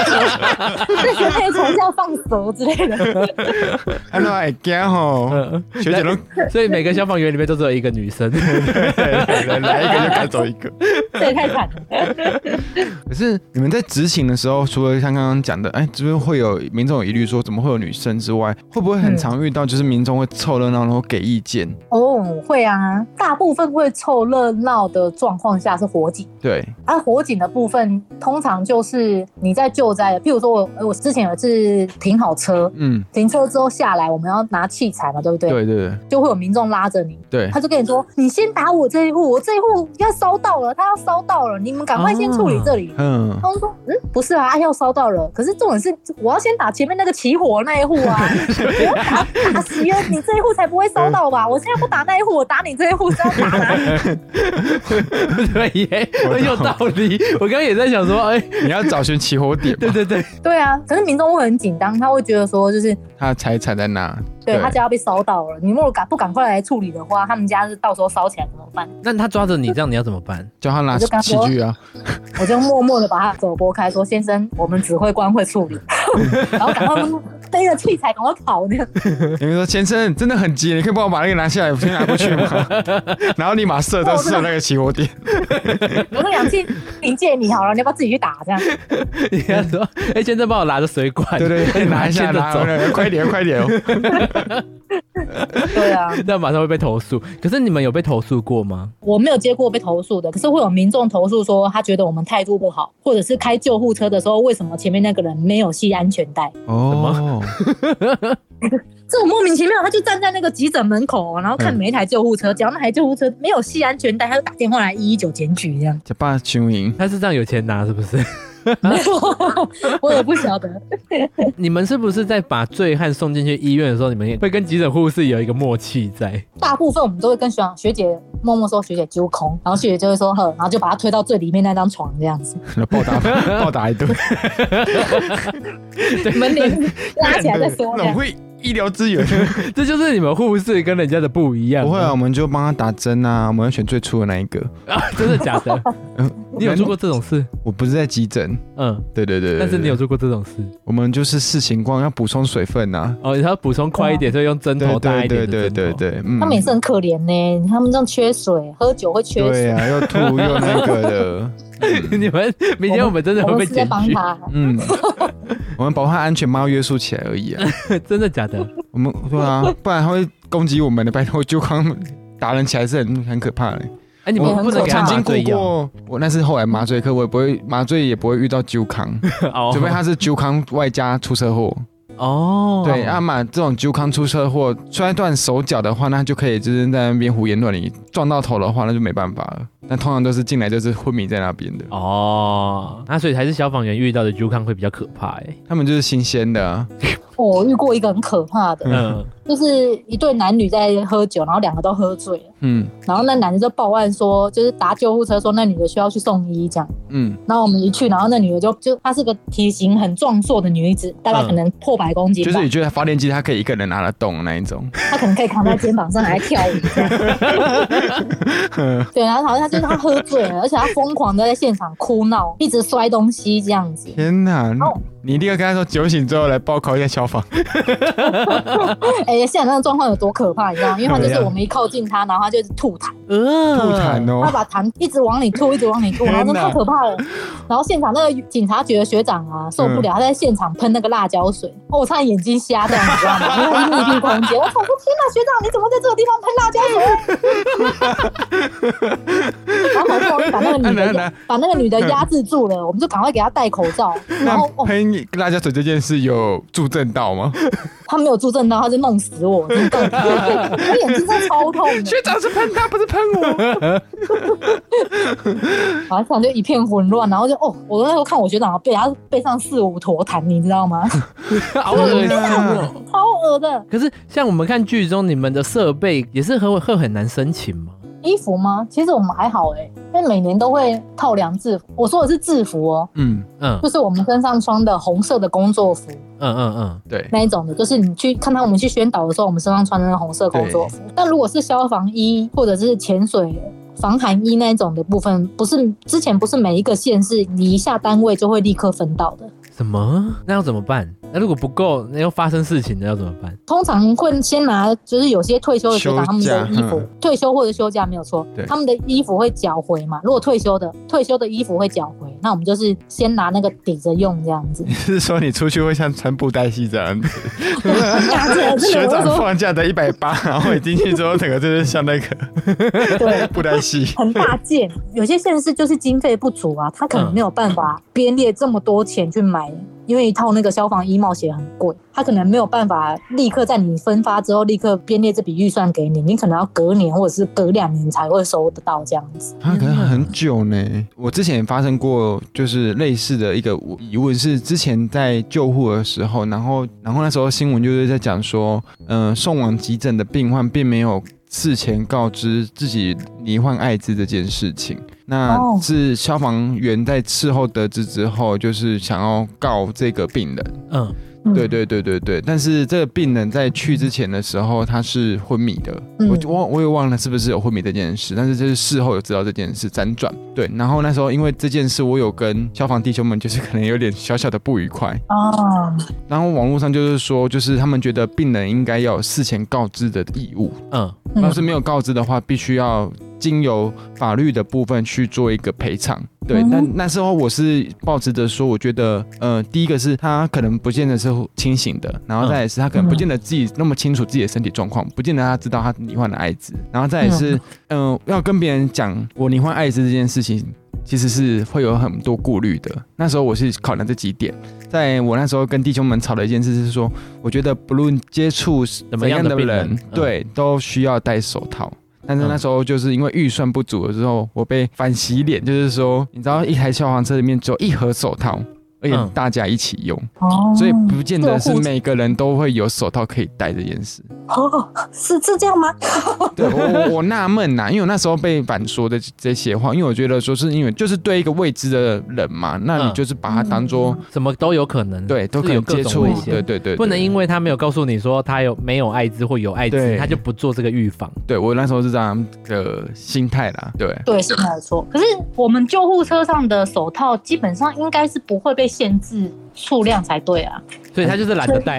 Speaker 1: 那学妹床上放蛇之类的。
Speaker 3: 他说哎干吼，
Speaker 2: 嗯
Speaker 3: 学姐 都
Speaker 2: 所以每个消防员里面都只有一个女 生。
Speaker 3: 来来一个就赶走一个。
Speaker 1: 这也太惨了。
Speaker 3: 可是你们在执行的时候，除了像刚刚讲的，哎，就是会有民众有疑虑说怎么会有女生之外，会不会很常遇到就是民众会凑热闹然后给意见？
Speaker 1: 哦，会啊，大部分会凑热闹的状况下是火警。
Speaker 3: 对，
Speaker 1: 啊，火警的部分通常就是你在救灾，譬如说我我之前有一次停好车，
Speaker 3: 嗯，
Speaker 1: 停车之后下来，我们要拿器材嘛，对不对？
Speaker 3: 对对对
Speaker 1: 就会有民众拉着你，
Speaker 3: 对
Speaker 1: 他就跟你说：“你先打我这一户，我这一户要烧到了，他要烧到了，你们赶快先处理这里。
Speaker 3: 嗯
Speaker 1: 他，们说：“嗯，不是啊，啊要烧到了。可是重点是，我要先打前面那个起火那一户啊，我要打打熄了你这一户才不会烧到吧？我现在不打那一户，我打你这一户是要打哪里？
Speaker 2: 对耶，很有道理。我刚刚也在想说，哎、
Speaker 3: 你要找寻起火点
Speaker 2: 对
Speaker 3: 嘛，
Speaker 2: 对对，
Speaker 1: 对啊，可是民众会很紧张，他会觉得说，就是
Speaker 3: 他的财产在哪？
Speaker 1: 对他家要被烧到了，你如果赶不赶快来处理的话，他们家是到时候烧起来怎么办？
Speaker 2: 那他抓着你这样，你要怎么办？
Speaker 3: 叫他拿
Speaker 1: 我就跟他
Speaker 3: 器
Speaker 1: 说
Speaker 3: 具啊，
Speaker 1: 我就默默的把他的手拨开，说：“先生，我们指挥官会处理。”然后赶快背着器材赶快跑那样。
Speaker 3: 你们说先生真的很急，你可以帮我把那个拿下来，我 先拿 过去吗？然后立马射到射那个起火点，
Speaker 1: 我说：“两器凭借你好了，你要不要自己去打？”这样。
Speaker 2: 你要说，哎、先生帮我拿着水
Speaker 1: 哎
Speaker 2: 管，
Speaker 3: 对对对，拿一下
Speaker 2: 牵着
Speaker 3: 拿，
Speaker 2: 走，
Speaker 3: 快点 快点哦，
Speaker 1: 对啊，
Speaker 2: 这样马上会被投诉。可是你们有被投诉过吗？
Speaker 1: 我没有接过被投诉的，可是会有民众投诉说他觉得我们态度不好，或者是开救护车的时候，为什么前面那个人没有系安全带？
Speaker 3: 哦，
Speaker 1: 这种莫名其妙，他就站在那个急诊门口，然后看
Speaker 3: 嗯
Speaker 1: 每一台救护车，只要那台救护车没有系安全带，他就打电话来一一九检举这样。
Speaker 3: 叫爸雄赢，
Speaker 2: 他是这样有钱拿是不 是？
Speaker 1: 我也不晓得，
Speaker 2: 你们是不是在把醉汉送进去医院的时候，你们也会跟急诊护士有一个默契在？
Speaker 1: 大部分我们都会跟学长学姐默默说学姐揪空，然后学姐就会说呵，然后就把他推到最里面那张床这样 子，
Speaker 3: 暴 打暴打一顿。
Speaker 1: 门帘拉起来再说这
Speaker 3: 那我
Speaker 1: 样。
Speaker 3: 会医疗资 源。
Speaker 2: 这就是你们护士跟人家的不一样。
Speaker 3: 不会啊，我们就帮他打针啊，我们要选最粗的那一个。
Speaker 2: 啊， 真的假 的？你有做过这种事？
Speaker 3: 我不是在急诊，
Speaker 2: 嗯，
Speaker 3: 对对对对
Speaker 2: 但是你有
Speaker 3: 对
Speaker 2: 做过这种事
Speaker 3: 我们就是视情况要补充水分啊呐、
Speaker 2: 哦，他补充快一点，所以用针头
Speaker 3: 对
Speaker 2: 大一
Speaker 3: 对
Speaker 2: 点
Speaker 3: 对对
Speaker 2: 的针头
Speaker 3: 对对，嗯
Speaker 1: 他们也是很可怜呢、他们这样缺水，喝酒会缺
Speaker 3: 对
Speaker 1: 水。
Speaker 3: 啊，又吐又那个的，
Speaker 2: 你们明天我们真的
Speaker 1: 我
Speaker 2: 会
Speaker 1: 们
Speaker 2: 被
Speaker 1: 是在
Speaker 2: 检
Speaker 1: 帮
Speaker 2: 举？
Speaker 1: 他，
Speaker 3: 嗯，我们保护他安全，帮他约束起来而已啊。
Speaker 2: 真的假的？
Speaker 3: 我们对啊，不然他会攻击我们的。拜托，就刚打人起来是很很可怕的。
Speaker 2: 哎，你
Speaker 1: 我
Speaker 2: 们
Speaker 1: 很
Speaker 2: 不能
Speaker 1: 可
Speaker 3: 我
Speaker 2: 给他
Speaker 3: 曾
Speaker 1: 怕
Speaker 2: 麻
Speaker 3: 经
Speaker 2: 醉
Speaker 3: 顾
Speaker 2: 药
Speaker 3: 过，我那是后来麻醉科，我也不会麻醉，也不会遇到纠康，
Speaker 2: 哦
Speaker 3: 除非他是纠康外加出车祸。
Speaker 2: 哦，
Speaker 3: 对，啊阿玛这种纠康出车祸摔断手脚的话，那就可以就是在那边胡言乱语；撞到头的话，那就没办法了。那通常都是进来就是昏迷在那边的，
Speaker 2: 哦，那所以还是消防员遇到的 U 康会比较可怕哎。
Speaker 3: 他们就是新鲜的啊、
Speaker 1: 哦我遇过一个很可怕的，
Speaker 2: 嗯，
Speaker 1: 就是一对男女在喝酒，然后两个都喝醉了，
Speaker 3: 嗯
Speaker 1: 然后那男的就报案说，就是打救护车说那女的需要去送医这样。
Speaker 3: 嗯，
Speaker 1: 然后我们一去，然后那女的就就她是个体型很壮硕的女子，大概
Speaker 2: 嗯
Speaker 1: 可能破百公斤
Speaker 3: 就
Speaker 1: 吧，
Speaker 3: 是你觉得发电机它可以一个人拿得动的那一种，
Speaker 1: 她可能可以扛在肩膀上还跳舞这样。对，然后好像她就是她喝醉了，而且她疯狂的在现场哭闹，一直摔东西这样子。
Speaker 3: 天哪！你一定要跟他说酒醒之后来报考一下消防。
Speaker 1: 哎、现场那个状况有多可怕，你知道吗？因为她就是
Speaker 3: 怎么样
Speaker 1: 我们一靠近她，然后她就是吐痰。
Speaker 2: 呃，
Speaker 3: 吐 痰
Speaker 1: 他
Speaker 3: 哦，
Speaker 1: 把痰一直往里吐，一直往里吐，然后真的太可怕了。然后现场那个警察局的学长啊，受不了，
Speaker 3: 嗯
Speaker 1: 他在现场喷那个辣椒水，哦，我差点眼睛瞎掉，你知道吗？因为他密闭空间，我想说天哪，学长你怎么在这个地方喷辣椒水？ 然后好不容易把那个女
Speaker 3: 来来来
Speaker 1: 的把那个女的压制住了，我们就赶快给她戴口罩。然后
Speaker 3: 那
Speaker 1: 哦，
Speaker 3: 喷辣椒水这件事有助阵到 吗？
Speaker 1: 他没有助阵到，他就弄死我，真的， 我眼睛真的超痛的。
Speaker 3: 长是喷他，不是喷我。
Speaker 1: 然后场就一片混乱，然后就哦，我那时候看我学长背，他背上四五坨痰，你知道吗？
Speaker 2: 好恶心
Speaker 3: 啊
Speaker 2: 哦。
Speaker 1: 超恶的
Speaker 2: 可是像我们看剧中，你们的设备也是很会很难申请吗？
Speaker 1: 衣服吗？其实我们还好哎、因为每年都会套量制服。我说的是制服哦，
Speaker 3: 嗯，
Speaker 2: 嗯
Speaker 1: 就是我们身上穿的红色的工作服
Speaker 2: 嗯嗯嗯，
Speaker 3: 对，
Speaker 1: 那一种的，就是你去看到我们去宣导的时候，我们身上穿的那红色工作服。但如果是消防衣或者是潜水。防寒衣那一种的部分，不是之前不是每一个县是你一下单位就会立刻分到的，
Speaker 2: 什么？那要怎么办？那如果不够，那又发生事情了要怎么办？
Speaker 1: 通常会先拿，就是有些退休的学长
Speaker 3: 休
Speaker 1: 他们的衣服
Speaker 3: 假，嗯
Speaker 1: 退休或者休假没有错
Speaker 3: 对，
Speaker 1: 他们的衣服会缴回嘛。如果退休的，退休的衣服会缴回，那我们就是先拿那个抵着用这样 子。
Speaker 3: 是说你出去会像穿布袋戏这 样子，
Speaker 1: 这个
Speaker 3: 学
Speaker 1: 我
Speaker 3: 长
Speaker 1: 说
Speaker 3: 放假的一百八，然后你进去之后，整个就是像那个
Speaker 1: 对。
Speaker 3: 布袋戏。
Speaker 1: 很大件，有些县市就是经费不足啊，他可能没有办法编列这么多钱去买，因为一套那个消防衣帽鞋很贵，他可能没有办法立刻在你分发之后立刻编列这笔预算给你，你可能要隔年或者是隔两年才会收得到这样子。
Speaker 3: 啊，可能很久呢。我之前也发生过，就是类似的一个疑问，是之前在救护的时候，然后然后那时候新闻就是在讲说，嗯、送往急诊的病患并没有事前告知自己罹患艾滋这件事情。那
Speaker 1: 哦
Speaker 3: 是消防员在事后得知之后，就是想要告这个病人。
Speaker 2: 嗯，
Speaker 1: 嗯
Speaker 3: 对对对对对，但是这个病人在去之前的时候，他是昏迷的，
Speaker 1: 嗯
Speaker 3: 我我我也忘了是不是有昏迷这件事，但是就是事后有知道这件事辗转。对，然后那时候因为这件事，我有跟消防弟兄们就是可能有点小小的不愉快，
Speaker 1: 啊，
Speaker 3: 然后网络上就是说，就是他们觉得病人应该要有事前告知的义务，
Speaker 2: 嗯，
Speaker 1: 嗯
Speaker 3: 要是没有告知的话，必须要经由法律的部分去做一个赔偿。对，
Speaker 1: 嗯哼
Speaker 3: 但那时候我是抱持着说，我觉得，呃，第一个是他可能不见得是清醒的，然后再来是他可
Speaker 1: 嗯
Speaker 3: 能不见得自己那么清楚自己的身体状况，不见得他知道他罹患了艾滋，然后再来是，嗯、要跟别人讲我罹患艾滋这件事情，其实是会有很多顾虑的。那时候我是考量这几点，在我那时候跟弟兄们吵的一件事是说，我觉得不论接触怎么样的
Speaker 2: 怎么样的病
Speaker 3: 人
Speaker 2: 人，
Speaker 3: 对，都需要戴手套。但是那时候就是因为预算不足的时候，我被反洗脸，就是说，你知道一台消防车里面只有一盒手套，而且
Speaker 2: 嗯
Speaker 3: 大家一起用，
Speaker 1: 哦
Speaker 3: 所以不见得是
Speaker 1: 做护
Speaker 3: 每个人都会有手套可以戴这件事。
Speaker 4: 哦，是是这样吗？
Speaker 3: 对我我我纳闷呐，因为我那时候被反说的这些话，因为我觉得说是因为就是对一个未知的人嘛，那你
Speaker 2: 嗯
Speaker 3: 就是把他当做
Speaker 2: 什么都有可能，
Speaker 3: 对都可
Speaker 2: 是有
Speaker 3: 以
Speaker 2: 各
Speaker 3: 接
Speaker 2: 种
Speaker 3: 触
Speaker 2: 危，
Speaker 3: 对
Speaker 2: 险。
Speaker 3: 对对，
Speaker 2: 不能
Speaker 3: 对
Speaker 2: 因为他没有告诉你说他有没有艾滋或有艾滋，
Speaker 3: 对
Speaker 2: 他就不做这个预防。
Speaker 3: 对我那时候是这样的心态啦， 对。
Speaker 1: 对，是没有错。
Speaker 4: 可是我们救护车上的手套基本上应该是不会被限制数量才对啊。
Speaker 2: 所以他就是懒得 戴，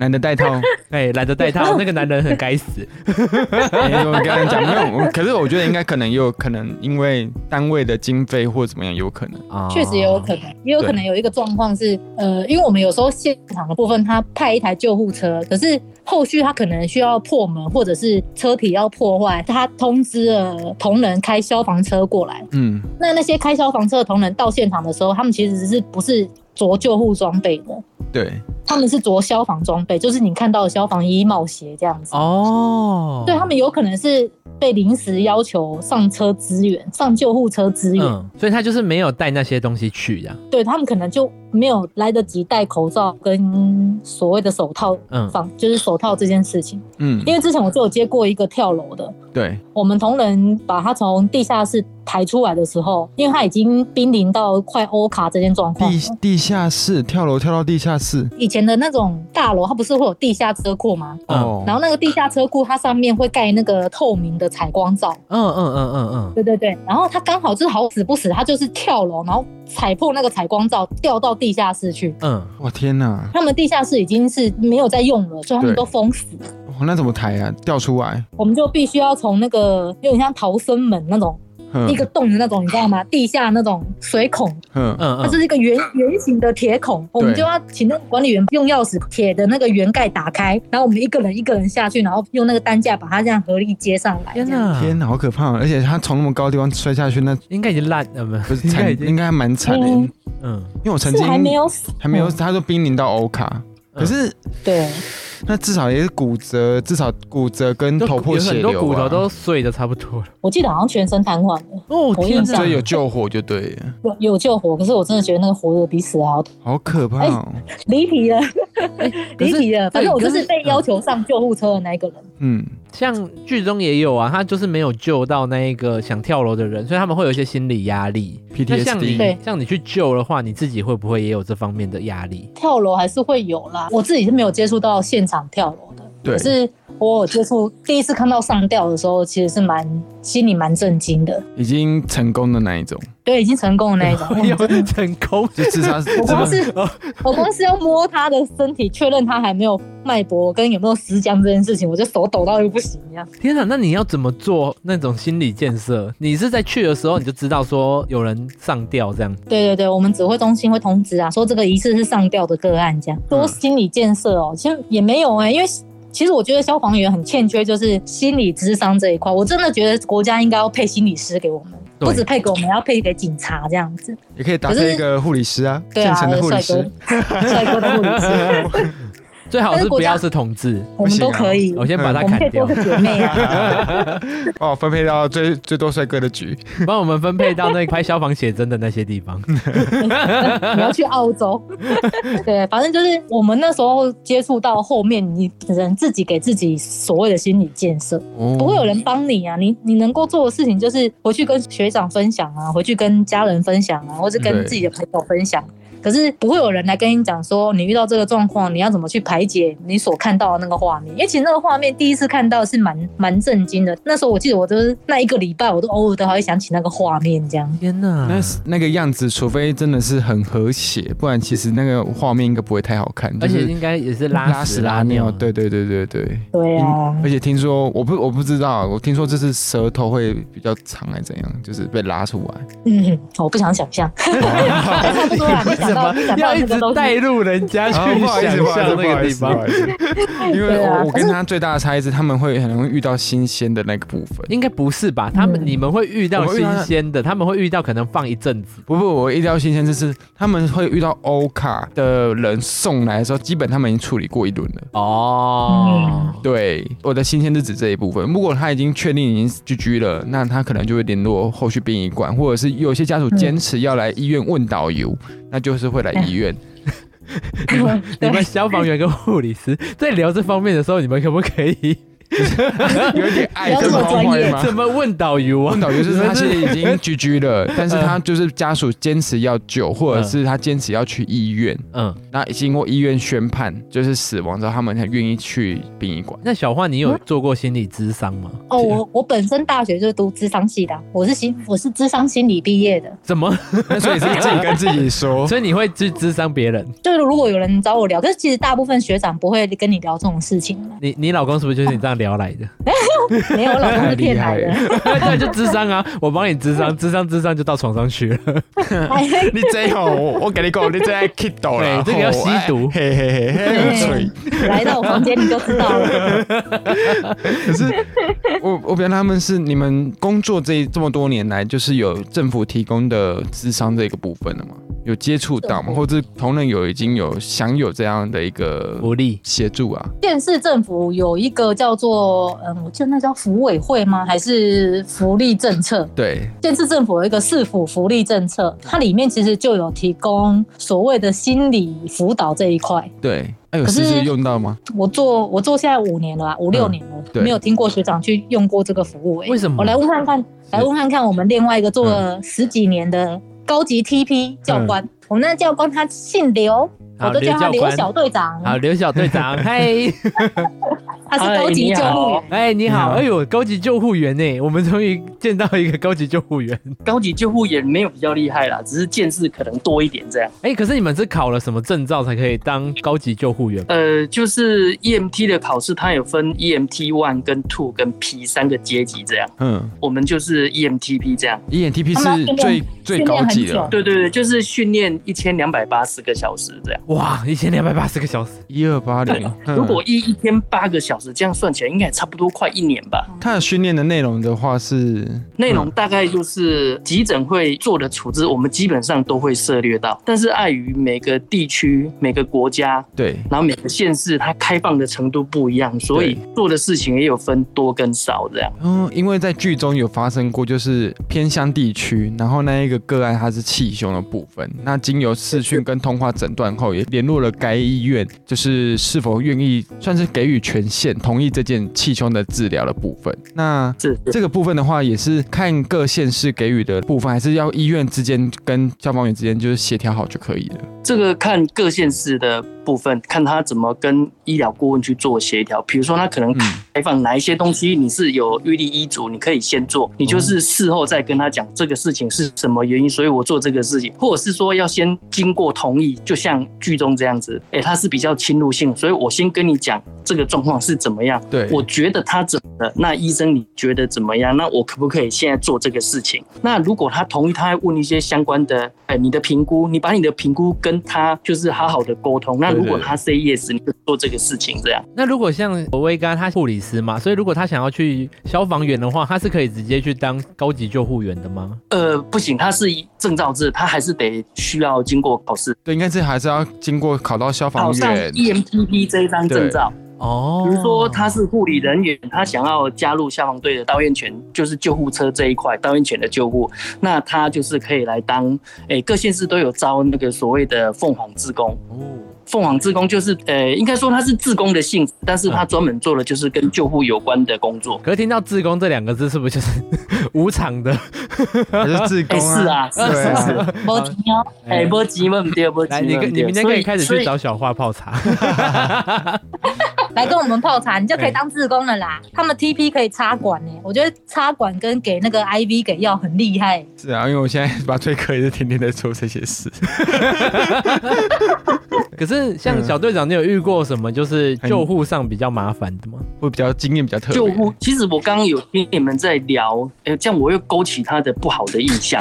Speaker 3: 懒得戴套，
Speaker 2: 哎，懒得戴套。那个男人很该死，
Speaker 3: 哎我跟他讲没有，我可是我觉得应该可能也有可能，因为单位的经费或怎么样，有可能。
Speaker 2: 啊
Speaker 4: 哦
Speaker 1: 确实也有可能，也有可能有一个状况是，呃，因为我们有时候现场的部分，他派一台救护车，可是后续他可能需要破门，或者是车体要破坏，他通知了同仁开消防车过来。
Speaker 3: 嗯，
Speaker 1: 那那些开消防车的同仁到现场的时候，他们其实是不是着救护装备的？
Speaker 3: 对，
Speaker 1: 他们是着消防装备，就是你看到的消防衣、帽、鞋这样子。
Speaker 2: 哦，
Speaker 1: 对他们有可能是被临时要求上车支援，上救护车支援。
Speaker 2: 嗯，所以他就是没有带那些东西去呀。
Speaker 1: 对他们可能就没有来得及戴口罩跟所谓的手套
Speaker 2: 嗯
Speaker 1: 防，就是手套这件事情。
Speaker 3: 嗯，
Speaker 1: 因为之前我就有接过一个跳楼的，
Speaker 3: 对，
Speaker 1: 我们同仁把他从地下室抬出来的时候，因为他已经濒临到快欧卡这件状况
Speaker 3: 地
Speaker 1: 了。
Speaker 3: 地下室跳楼跳到地下室，
Speaker 1: 以前的那种大楼，它不是会有地下车库吗？
Speaker 2: 嗯
Speaker 3: 哦，
Speaker 1: 然后那个地下车库，它上面会盖那个透明的采光罩。
Speaker 2: 嗯嗯嗯嗯嗯，
Speaker 1: 对对对，然后他刚好就是好死不死，他就是跳楼，然后踩破那个采光罩，掉到地下室去。
Speaker 2: 嗯，
Speaker 3: 我天哪，
Speaker 1: 他们地下室已经是没有在用了，所以他们
Speaker 3: 对
Speaker 1: 都封死。
Speaker 3: 哇那怎么抬啊？掉出来，
Speaker 1: 我们就必须要从那个有点像逃生门那种、
Speaker 3: 哼
Speaker 1: 一个洞的那种，你知道吗？地下那种水孔，
Speaker 3: 哼
Speaker 2: 嗯
Speaker 1: 它
Speaker 2: 嗯，
Speaker 1: 是一个圆圆形的铁孔，我们就要请那个管理员用钥匙铁的那个圆盖打开，然后我们一个人一个人下去，然后用那个担架把它这样合力接上来。
Speaker 2: 天
Speaker 1: 这样
Speaker 2: 哪，
Speaker 3: 天哪，好可怕！而且他从那么高的地方摔下去，那
Speaker 2: 应该已经烂了，不
Speaker 3: 不是
Speaker 2: 是 应该
Speaker 3: 惨，
Speaker 2: 已
Speaker 3: 应
Speaker 2: 经
Speaker 3: 该还蛮惨的。
Speaker 1: 嗯
Speaker 3: 因
Speaker 2: 嗯，
Speaker 3: 为我曾
Speaker 1: 是
Speaker 3: 经
Speaker 1: 还没有死，
Speaker 3: 还没有
Speaker 1: 嗯
Speaker 3: 他就濒临到欧卡，
Speaker 2: 嗯
Speaker 3: 可是
Speaker 1: 对，
Speaker 3: 那至少也是骨折，至少骨折跟
Speaker 2: 都
Speaker 3: 头破
Speaker 2: 嗯有
Speaker 3: 血
Speaker 2: 很
Speaker 3: 流
Speaker 2: 多
Speaker 3: 啊，
Speaker 2: 骨头都碎的差不多了。
Speaker 1: 我记得好像全身瘫痪了，
Speaker 2: 哦
Speaker 1: 我
Speaker 2: 天
Speaker 1: 印象
Speaker 3: 所
Speaker 2: 哪
Speaker 3: 以！有救火就对了，
Speaker 1: 有有救活，可是我真的觉得那个活的比死还要痛
Speaker 3: 好可怕哦。
Speaker 1: 离题了，
Speaker 2: 可
Speaker 1: 离
Speaker 2: 是
Speaker 1: 题了。反正我就是被要
Speaker 2: 求，
Speaker 1: 求上救护车的那一个人。
Speaker 3: 嗯，
Speaker 2: 像剧中也有啊，他就是没有救到那一个想跳楼的人，所以他们会有一些心理压力。那像
Speaker 3: PTSD
Speaker 2: 你
Speaker 1: 对
Speaker 2: 像你去救的话，你自己会不会也有这方面的压 力？
Speaker 1: 跳楼还是会有啦，我自己是没有接触到现场跳楼的，
Speaker 3: 对
Speaker 1: 可是我有接触，第一次看到上吊的时候，其实是蛮心里蛮震惊的，
Speaker 3: 已经成功的那一种，
Speaker 1: 对，已经成功的那一种。
Speaker 2: 有
Speaker 1: 我真的
Speaker 2: 哎成功
Speaker 3: 就自杀，
Speaker 1: 我光
Speaker 3: 自
Speaker 1: 是 我光是要摸他的身体，确认他还没有脉搏跟有没有尸僵这件事情，我就手抖到又不行一样。
Speaker 2: 天哪！那你要怎么做那种心理建设？你是在去的时候你就知道说有人上吊这样，
Speaker 1: 对对对，我们指挥中心会通知啊，说这个疑似是上吊的个案，这样
Speaker 3: 嗯
Speaker 1: 多心理建设哦。其实也没有哎、因为其实我觉得消防员很欠缺就是心理智商这一块，我真的觉得国家应该要配心理师给我们。
Speaker 2: 对
Speaker 1: 不止配给我们，要配给警察这样子。
Speaker 3: 也可以搭配一个护理师啊，
Speaker 1: 对啊，
Speaker 3: 现成的护理
Speaker 1: 帅
Speaker 3: 师
Speaker 1: 哥，， 帅哥的护理 师，
Speaker 2: 最好
Speaker 1: 但
Speaker 2: 是
Speaker 1: 是国
Speaker 2: 不
Speaker 1: 家
Speaker 2: 要是同志。
Speaker 1: 我
Speaker 3: 啊
Speaker 1: 们都可以。
Speaker 2: 我先把他
Speaker 1: 我们
Speaker 2: 砍
Speaker 1: 可以多
Speaker 2: 掉
Speaker 1: 个，姐妹 啊，
Speaker 3: 把我哦分配到最最多帅哥的局，
Speaker 2: 帮我们分配到那个拍消防写真的那些地方。
Speaker 1: 你要去澳洲。对，反正就是我们那时候接触到后面，你只能自己给自己所谓的心理建设。
Speaker 2: 哦
Speaker 1: 不会有
Speaker 2: 嗯
Speaker 1: 人帮你啊！你你能够做的事情就是回去跟学长分享啊，回去跟家人分享啊，或者
Speaker 3: 对
Speaker 1: 跟自己的朋友分享。可是不会有人来跟你讲说你遇到这个状况，你要怎么去排解你所看到的那个画面。因为其实那个画面第一次看到是蛮蛮震惊的。那时候我记得我都是那一个礼拜，我都偶尔都还会想起那个画面这样。
Speaker 2: 天哪！
Speaker 3: 那是那个样子，除非真的是很和谐，不然其实那个画面应该不会太好看。
Speaker 2: 而且
Speaker 3: 就是
Speaker 2: 应该也是
Speaker 3: 拉
Speaker 2: 拉
Speaker 3: 屎
Speaker 2: 屎
Speaker 3: 拉
Speaker 2: 尿，
Speaker 3: 尿，对对对对对。
Speaker 1: 对啊，
Speaker 3: 而且听说，我不我不知道，我听说这是舌头会比较长还是怎样，就是被拉出来。
Speaker 1: 嗯，我不想想 象。差不多啦，啊你想到你想到
Speaker 2: 要一
Speaker 1: 那
Speaker 2: 直
Speaker 1: 个都
Speaker 2: 带入人家去
Speaker 3: 哦
Speaker 2: 想象那个地方，
Speaker 3: 因为
Speaker 1: 对啊
Speaker 3: 我我
Speaker 1: 可
Speaker 3: 跟他最大的差异是，他们会很容易遇到新鲜的那个部分。
Speaker 2: 应该不是吧？他们
Speaker 1: 嗯
Speaker 2: 你们会遇到
Speaker 3: 我会遇
Speaker 2: 新
Speaker 3: 到那
Speaker 2: 鲜的，他们会遇到可能放一阵子，
Speaker 3: 不不，我遇到新鲜就是他们会遇到欧卡的人送来的时候，基本他们已经处理过一轮了。
Speaker 2: 哦，
Speaker 1: 嗯
Speaker 3: 对，我的新鲜是指这一部分。如果他已经确定已经 GG 了，那他可能就会联络后续殡仪馆，或者是有些家属坚持要来医院问导游，那就就是会来医院。
Speaker 2: 你们消防员跟护理师在聊这方面的时候，你们可不可 以
Speaker 3: 有 一点
Speaker 1: 不
Speaker 3: 爱
Speaker 1: 要
Speaker 3: 这
Speaker 1: 这么
Speaker 3: 么
Speaker 1: 专业
Speaker 3: 吗？
Speaker 2: 怎么问导游啊
Speaker 3: 问？导游就是他现在已经居居了，但是他就是家属坚持要救，或者是他坚持要去医院，
Speaker 2: 嗯，
Speaker 3: 那经过医院宣判就是死亡之后，他们才愿意去殡 仪馆。
Speaker 2: 那小焕，你有做过心理咨商吗？
Speaker 1: 哦，我我本身大学就是读智商系的啊，我是心我是智商心理毕业的，
Speaker 2: 怎么？
Speaker 3: 那所以是自己跟自己 说
Speaker 2: 所以你会去咨商别人？
Speaker 1: 就是如果有人找我聊，但是其实大部分学长不会跟你聊这种事情的，
Speaker 2: 你你老公是不是就是你这样聊 来的？
Speaker 1: 没有，我老公是骗来的
Speaker 3: 太，
Speaker 2: 对，就咨商啊，我帮你咨商，咨商咨商就到床上去了。
Speaker 1: 哎
Speaker 3: 你这吼，我我跟你讲，你这爱 k i d 啦，
Speaker 2: 对这个要
Speaker 3: 吼
Speaker 2: 吸毒
Speaker 3: 哎嘿嘿嘿，
Speaker 1: 对
Speaker 3: 很 脆。
Speaker 1: 来到我房间你就知道了。
Speaker 3: 可是我我觉得他们是你们工作这一这么多年来，就是有政府提供的智商这个部分的吗？有接触到吗？
Speaker 1: 政
Speaker 3: 或者是同仁有已经有享有这样的一个
Speaker 2: 福利
Speaker 3: 协助啊？
Speaker 1: 县市政府有一个叫做，嗯，我记得那叫福委会吗？还是福利政策？
Speaker 3: 对，
Speaker 1: 县市政府有一个市府福利政策，它里面其实就有提供所谓的心理辅导这一块。
Speaker 3: 对，哎、有
Speaker 1: 可
Speaker 3: 实
Speaker 1: 是
Speaker 3: 际用到吗？
Speaker 1: 我做我做现在五年了吧，五六
Speaker 3: 嗯
Speaker 1: 年了，
Speaker 3: 对
Speaker 1: 没有听过学长去用过这个服务、欸。
Speaker 2: 为什么嗯
Speaker 1: 我来问看看，来问看看我们另外一个做了十几年的高级 TP 教官，我们那教官他姓刘，
Speaker 2: 好
Speaker 1: 我都叫他
Speaker 2: 刘教
Speaker 1: 刘
Speaker 2: 官
Speaker 1: 小队长，
Speaker 2: 好，刘小队 长，嘿，
Speaker 1: 他是高级救护员。
Speaker 2: 哎，你好，哎呦，高级救护员呢？我们终于见到一个高级救护员。
Speaker 5: 高级救护也没有比较厉害啦，只是见识可能多一点这样。
Speaker 2: 哎，可是你们是考了什么证照才可以当高级救护员？
Speaker 5: 呃，就是 EMT 的考试，它有分 EMT one 跟 two 跟 P 三个阶级这样，
Speaker 3: 嗯，E
Speaker 5: 我们就是 E EMTP 这样。
Speaker 3: ，ENTP
Speaker 1: 他们
Speaker 3: 是
Speaker 1: 训练
Speaker 3: 最最
Speaker 1: 训练
Speaker 3: 高
Speaker 1: 很
Speaker 3: 级的
Speaker 1: 久
Speaker 3: 了，
Speaker 5: 对对对，就是训练一千两百八十个小时这样。
Speaker 2: 哇，一千两百八十个小时，
Speaker 3: 一二八
Speaker 5: 对
Speaker 3: 零。嗯
Speaker 5: 如果一一天八个小时，这样算起来应该也差不多快一年吧。
Speaker 3: 他的训练的内容的话是，
Speaker 5: 内容大概就是急诊会做的处置，我们基本上都会涉略到，但是碍于每个地区、每个国家，
Speaker 3: 对，
Speaker 5: 然后每个县市它开放的程度不一样，所以做的事情也有分多跟少这样。
Speaker 3: 嗯，因为在剧中有发生过，就是偏乡地区，然后那一个个案它是气胸的部分，那经由视讯跟通话诊断后，也联络了该医院，就是是否愿意算是给予权限，同意这件气胸的治疗的部分。那
Speaker 5: 是是
Speaker 3: 这个部分的话，也是看各县市给予的部分，还是要医院之间跟消防员之间就是协调好就可以了。
Speaker 5: 这个看各县市的部分，看他怎么跟医疗顾问去做协调。比如说，他可能
Speaker 3: 嗯
Speaker 5: 开放哪一些东西你是有预立医嘱，你可以先做，你就是事后再跟他讲这个事情是什么原因，所以我做这个事情，或者是说要先经过同意，就像剧中这样子，诶，他是比较侵入性，所以我先跟你讲这个状况是怎么样，
Speaker 3: 对，
Speaker 5: 我觉得他怎么了？那医生你觉得怎么样？那我可不可以现在做这个事情？那如果他同意，他还问一些相关的，哎、你的评估，你把你的评估跟他就是好好的沟通。那如果他 say yes，你就做这个事情这样。
Speaker 2: 那如果像我威刚他护理师嘛，所以如果他想要去消防员的话，他是可以直接去当高级救护员的吗？
Speaker 5: 呃，不行，他是证照制，他还是得需要经过考试，E
Speaker 3: 对，应该是还是要经过考到消防
Speaker 5: 考上
Speaker 3: 员。
Speaker 5: EMTP 这一张证照。
Speaker 2: 哦，
Speaker 5: 比如说他是护理人员，他想要加入消防队的导演犬，就是救护车这一块导演犬的救护，那他就是可以来当，诶、各县市都有招那个所谓的凤凰志工。
Speaker 2: 哦
Speaker 5: 凤凰志工就是，呃，应该说他是志工的性质，但是
Speaker 2: 嗯
Speaker 5: 他专门做的就是跟救护有关的工作。
Speaker 2: 可是听到“自工”这两个字，是不是就是 无偿的？
Speaker 3: 还是自工
Speaker 5: 哎、
Speaker 3: 啊？
Speaker 5: 是啊，是
Speaker 3: 对啊
Speaker 5: 是是，
Speaker 1: 我听哦，
Speaker 5: 哎，波吉问第二波吉
Speaker 2: 来，
Speaker 5: 问，
Speaker 2: 你跟你明天可以开始去
Speaker 5: 所以
Speaker 2: 找小花泡茶。
Speaker 1: 来跟我们泡茶，你就可以当志工了
Speaker 2: 哎
Speaker 1: 啦。他们 TP 可以插管呢、我觉得插管跟给那个 IV 给药很厉害、欸
Speaker 3: 是啊，因为我现在把推课也是天天在做这些事。
Speaker 2: 可是像小队长，你有遇过什么就是
Speaker 3: 嗯
Speaker 2: 救护上比较麻烦的吗？
Speaker 3: 会比较经验比较特别。
Speaker 5: 救护，其实我刚刚有听你们在聊，哎、这样我又勾起他的不好的印象，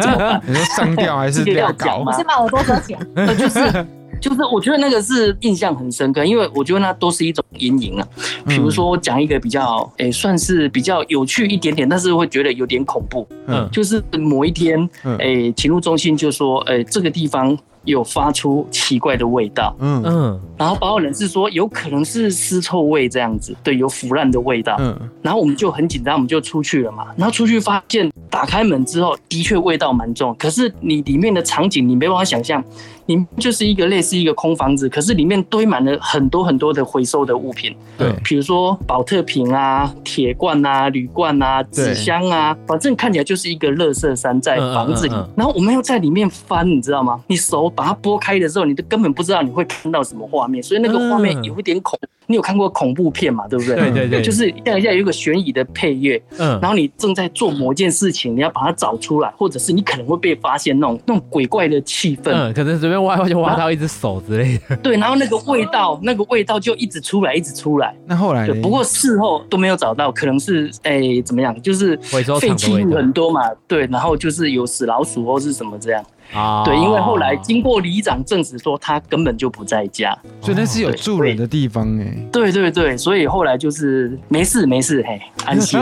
Speaker 5: 怎么办？
Speaker 3: 你说上吊还 是吊高
Speaker 5: 哇？
Speaker 1: 我先把耳朵遮 起来。
Speaker 5: 呃，就是就是，我觉得那个是印象很深刻，因为我觉得那都是一种阴影啊。比如说，我讲一个比较，诶、算是比较有趣一点点，但是会觉得有点恐怖。
Speaker 3: 嗯
Speaker 5: 就是某一天，
Speaker 3: 嗯
Speaker 5: 诶、勤务中心就说，诶、这个地方有发出奇怪的味道，
Speaker 3: 嗯
Speaker 2: 嗯，
Speaker 5: 然后保安人是说，有可能是尸臭味这样子，对，有腐烂的味道。
Speaker 3: 嗯
Speaker 5: 然后我们就很紧张，我们就出去了嘛。然后出去发现，打开门之后，的确味道蛮重，可是你里面的场景你没办法想象，你就是一个类似一个空房子，可是里面堆满了很多很多的回收的物品，
Speaker 3: 对
Speaker 5: 比如说保特瓶啊、铁罐啊、铝罐啊、
Speaker 3: 对
Speaker 5: 纸箱啊，反正看起来就是一个垃圾山在
Speaker 2: 嗯嗯
Speaker 5: 房子里。
Speaker 2: 嗯嗯
Speaker 5: 然后我们要在里面翻，你知道吗？你手把它拨开的时候，你都根本不知道你会看到什么画面，所以那个画面
Speaker 2: 嗯
Speaker 5: 有一点恐。你有看过恐怖片嘛？对不对？
Speaker 2: 对对对，
Speaker 5: 就是像一下有一个悬疑的配乐，
Speaker 2: 嗯
Speaker 5: 然后你正在做某件事情，你要把它找出来，或者是你可能会被发现那种那种鬼怪的气氛，
Speaker 2: 嗯，可能随便挖一挖就挖到一只手之类的。
Speaker 5: 对，然后那个味道，那个味道就一直出来，一直出来。
Speaker 3: 那
Speaker 2: 哎
Speaker 3: 后来
Speaker 5: 对，
Speaker 3: 呢
Speaker 5: 不过事后都没有找到，可能是哎、怎么样，就是
Speaker 2: 回收厂的味
Speaker 5: 废
Speaker 2: 道
Speaker 5: 弃物很多嘛，对，然后就是有死老鼠或是什么这样，
Speaker 2: 啊
Speaker 5: 对，因为后来 经过里长证实说他根本就不在家，
Speaker 3: 所以那是有
Speaker 5: 哦对
Speaker 3: 住
Speaker 5: 所以
Speaker 3: 人的地方哎、
Speaker 5: 对对对，所以后来就是没事没事，嘿，安心。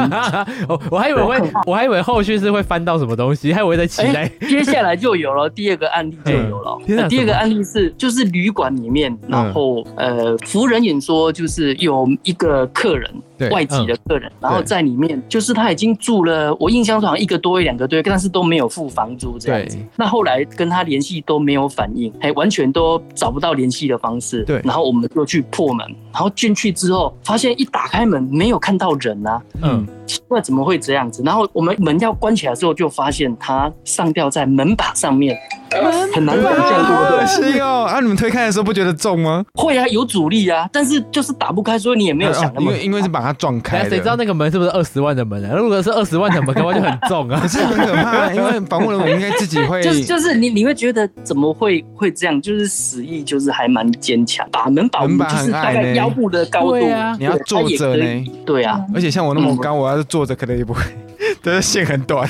Speaker 2: 我我还以为会，我还以为后续是会翻到什么东西，还以为在期
Speaker 5: 哎
Speaker 2: 待。，
Speaker 5: 接下来就有了第二个案例，就有
Speaker 3: 哎
Speaker 5: 了。
Speaker 2: 天啊
Speaker 5: 呃第二个案例是，就是旅馆里面，然后、呃，服务人员说，就是有一个客人
Speaker 3: 对，嗯
Speaker 5: 外籍的客人，然后
Speaker 3: 对
Speaker 5: 在里面，就是他已经住了，我印象中好像一个多月、两个多月，但是都没有付房租这样子
Speaker 3: 对。
Speaker 5: 那后来跟他联系都没有反应，哎，完全都找不到联系的方式。
Speaker 3: 对
Speaker 5: 然后我们就去破门，然后进去之后，发现一打开门没有看到人啊，
Speaker 2: 嗯，
Speaker 5: 奇怪，怎么会这样子？然后我们门要关起来之后，就发现它上吊在门把上面，很难想象，对不
Speaker 3: 好恶
Speaker 5: 对？
Speaker 3: 心哦！啊，你们推开的时候不觉得重吗？
Speaker 5: 会啊，有阻力啊，但是就是打不开，所以你也没有想
Speaker 3: 啊
Speaker 5: 那
Speaker 3: 因
Speaker 5: 么。
Speaker 3: 为因为是把它撞
Speaker 2: 哎
Speaker 3: 开的，
Speaker 2: 谁知道那个门是不是二十万的门啊？如果是二十万的门，可能就很重啊
Speaker 3: 可。是很可怕，因为防护人员应该自己会，
Speaker 5: 就是就是你你会觉得怎么会会这样？就是死意就是还蛮坚强，把门把我
Speaker 3: 门
Speaker 5: 们
Speaker 3: 把
Speaker 5: 就是大
Speaker 3: 很矮呢
Speaker 5: 概腰部的高度，
Speaker 2: 对啊
Speaker 3: 你要
Speaker 5: 对它
Speaker 3: 坐
Speaker 5: 也
Speaker 3: 着
Speaker 5: 可以
Speaker 3: 呢，
Speaker 5: 对啊，
Speaker 3: 而且像我那么高，我要是坐着可能也不会， 但是线很短。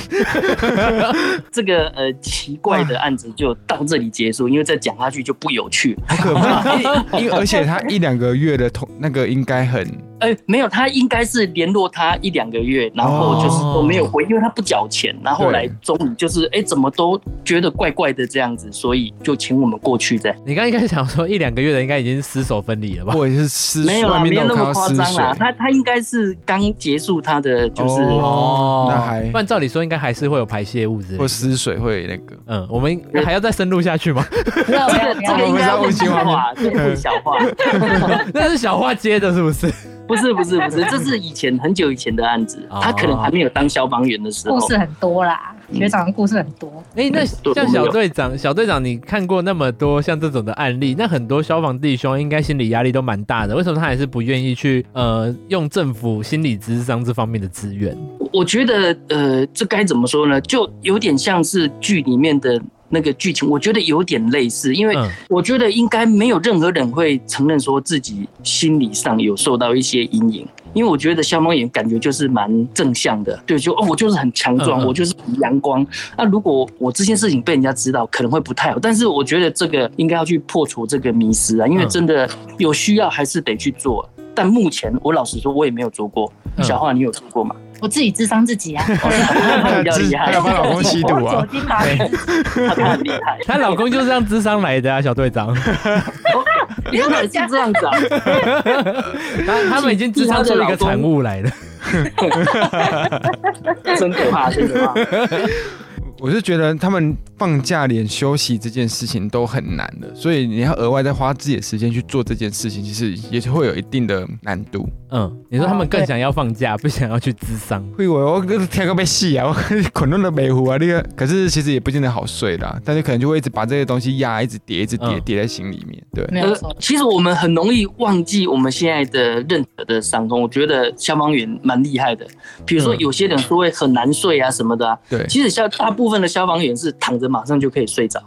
Speaker 5: 这个呃奇怪
Speaker 3: 啊
Speaker 5: 的案子就到这里结束，因为再讲下去就不有 趣。
Speaker 3: 好可怕！因为而且他一两个月的同那个应该很
Speaker 5: 哎，没有，他应该是联络他一两个月，然后
Speaker 3: 哦
Speaker 5: 就是都没有回，因为他不缴钱。然后后来终于就是哎，怎么都觉得怪怪的这样子，所以就请我们过去的。
Speaker 2: 你刚刚应该想说一两个月的应该已经尸首分离了吧？
Speaker 3: 我也是湿，
Speaker 5: 没有
Speaker 3: 外
Speaker 5: 啦，
Speaker 3: 面
Speaker 5: 没
Speaker 3: 都
Speaker 5: 有那
Speaker 3: 看
Speaker 5: 么
Speaker 3: 到
Speaker 5: 夸
Speaker 3: 湿
Speaker 5: 张
Speaker 3: 水
Speaker 5: 啦。，他他应该是刚结束他的就是。
Speaker 3: 哦那还
Speaker 2: 不然照理说应该还是会有排泄物之类
Speaker 3: 或
Speaker 2: 的。
Speaker 3: 湿水会那个。
Speaker 2: 嗯，我们还要再深入下去吗？
Speaker 1: 不要
Speaker 5: 这
Speaker 1: 不
Speaker 5: 个
Speaker 1: 要
Speaker 5: 这个应该要问小话，这个问小话，
Speaker 2: 那是小花接的，是 不是？
Speaker 5: 不是不是不是，这是以前很久以前的案子
Speaker 2: 哦，
Speaker 5: 他可能还没有当消防员的时候
Speaker 1: 故。事很多啦，学长的故事很多。
Speaker 2: 哎、那
Speaker 5: 对
Speaker 2: 像小队长，小队长，你看过那么多像这种的案例，那很多消防弟兄应该心理压力都蛮大的，为什么他还是不愿意去呃用政府心理咨商这方面的资源？
Speaker 5: 我觉得，呃，这该怎么说呢？就有点像是剧里面的那个剧情，我觉得有点类似，因 为
Speaker 2: 嗯
Speaker 5: 我觉得应该没有任何人会承认说自己心理上有受到一些阴影，因为我觉得消防员感觉就是蛮正向的，对，就哦，我就是很强壮，
Speaker 2: 嗯嗯
Speaker 5: 我就是很阳光。那如果我这件事情被人家知道，可能会不太好。但是我觉得这个应该要去破除这个迷失啊，因为
Speaker 2: 嗯
Speaker 5: 真的有需要还是得去做。但目前我老实说，我也没有做过。
Speaker 2: 嗯
Speaker 5: 小花，你有做过吗？
Speaker 1: 我自己智商自己啊，
Speaker 5: 比较厉害
Speaker 3: 还，有帮老公吸 毒
Speaker 1: 我
Speaker 3: 啊
Speaker 1: 酒！精麻痹自己
Speaker 5: 他很厉害。
Speaker 2: 她老公就是这样智商来的啊，小队长，
Speaker 5: 原来是这样子啊！
Speaker 2: 他他们已经智商出一个产物来了。
Speaker 5: 真可怕，真可怕。
Speaker 3: 我是觉得他们放假连休息这件事情都很难的，所以你要额外再花自己的时间去做这件事情，其实也是会有一定的难度。
Speaker 2: 嗯，你说他们
Speaker 1: 哦
Speaker 2: 更
Speaker 1: 对
Speaker 2: 想要放假，不想要去智商。
Speaker 3: 会哦我我天个被戏啊，我捆弄了美湖啊，那个可是其实也不见得好睡啦，但是可能就会一直把这些东西压，一直叠，一直叠，
Speaker 2: 嗯
Speaker 3: 叠在心里面。对，
Speaker 1: 没有错
Speaker 5: 呃，，其实我们很容易忘记我们现在的任何的伤痛。我觉得消防员蛮厉害的，比如说
Speaker 2: 嗯
Speaker 5: 有些人说会很难睡啊什么的啊。
Speaker 3: 对
Speaker 5: 其实消大部分的消防员是躺着马上就可以睡着，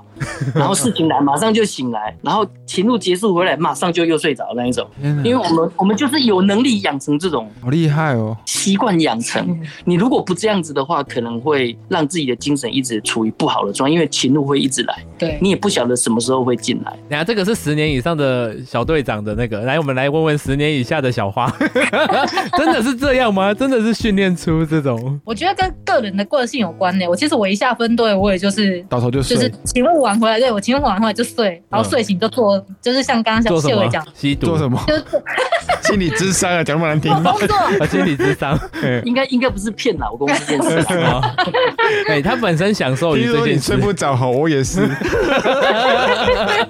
Speaker 5: 然后事情来马上就醒来，然后勤务结束回来马上就又睡着那一种。
Speaker 3: 天哪
Speaker 5: 因为我们我们就是有能力养成这种
Speaker 3: 好厉害哦！
Speaker 5: 习惯养成。你如果不这样子的话，可能会让自己的精神一直处于不好的状态，因为勤务会一直来。
Speaker 1: 对
Speaker 5: 你也不晓得什么时候会进来。
Speaker 2: 等下这个是十年以上的小队长的那个，来，我们来问问十年以下的小花， 真的是这样吗？真的是训练出这种？
Speaker 1: 我觉得跟个人的个性有关呢、我其实我一下分队，我也就是
Speaker 3: 到头就
Speaker 1: 就
Speaker 3: 睡嗯
Speaker 1: 是，，请问我晚回来，对我前天晚上回来就睡，然后睡醒就做，就是像刚刚
Speaker 2: 做
Speaker 1: 小
Speaker 2: 什
Speaker 1: 谢伟
Speaker 2: 么
Speaker 1: 讲，？
Speaker 2: 吸毒
Speaker 3: 做？什么？
Speaker 1: 就是做
Speaker 3: 心理智商啊，讲那么难 听。
Speaker 1: 工作。
Speaker 2: 啊，心理 智商。嘿？
Speaker 5: 应该应该不是骗老公这件事吧
Speaker 2: 哦哎，他本身享受于
Speaker 3: 听
Speaker 2: 这
Speaker 3: 哦说你
Speaker 2: 件
Speaker 3: 睡
Speaker 2: 事，
Speaker 3: 不着，好，我也是。
Speaker 1: 啊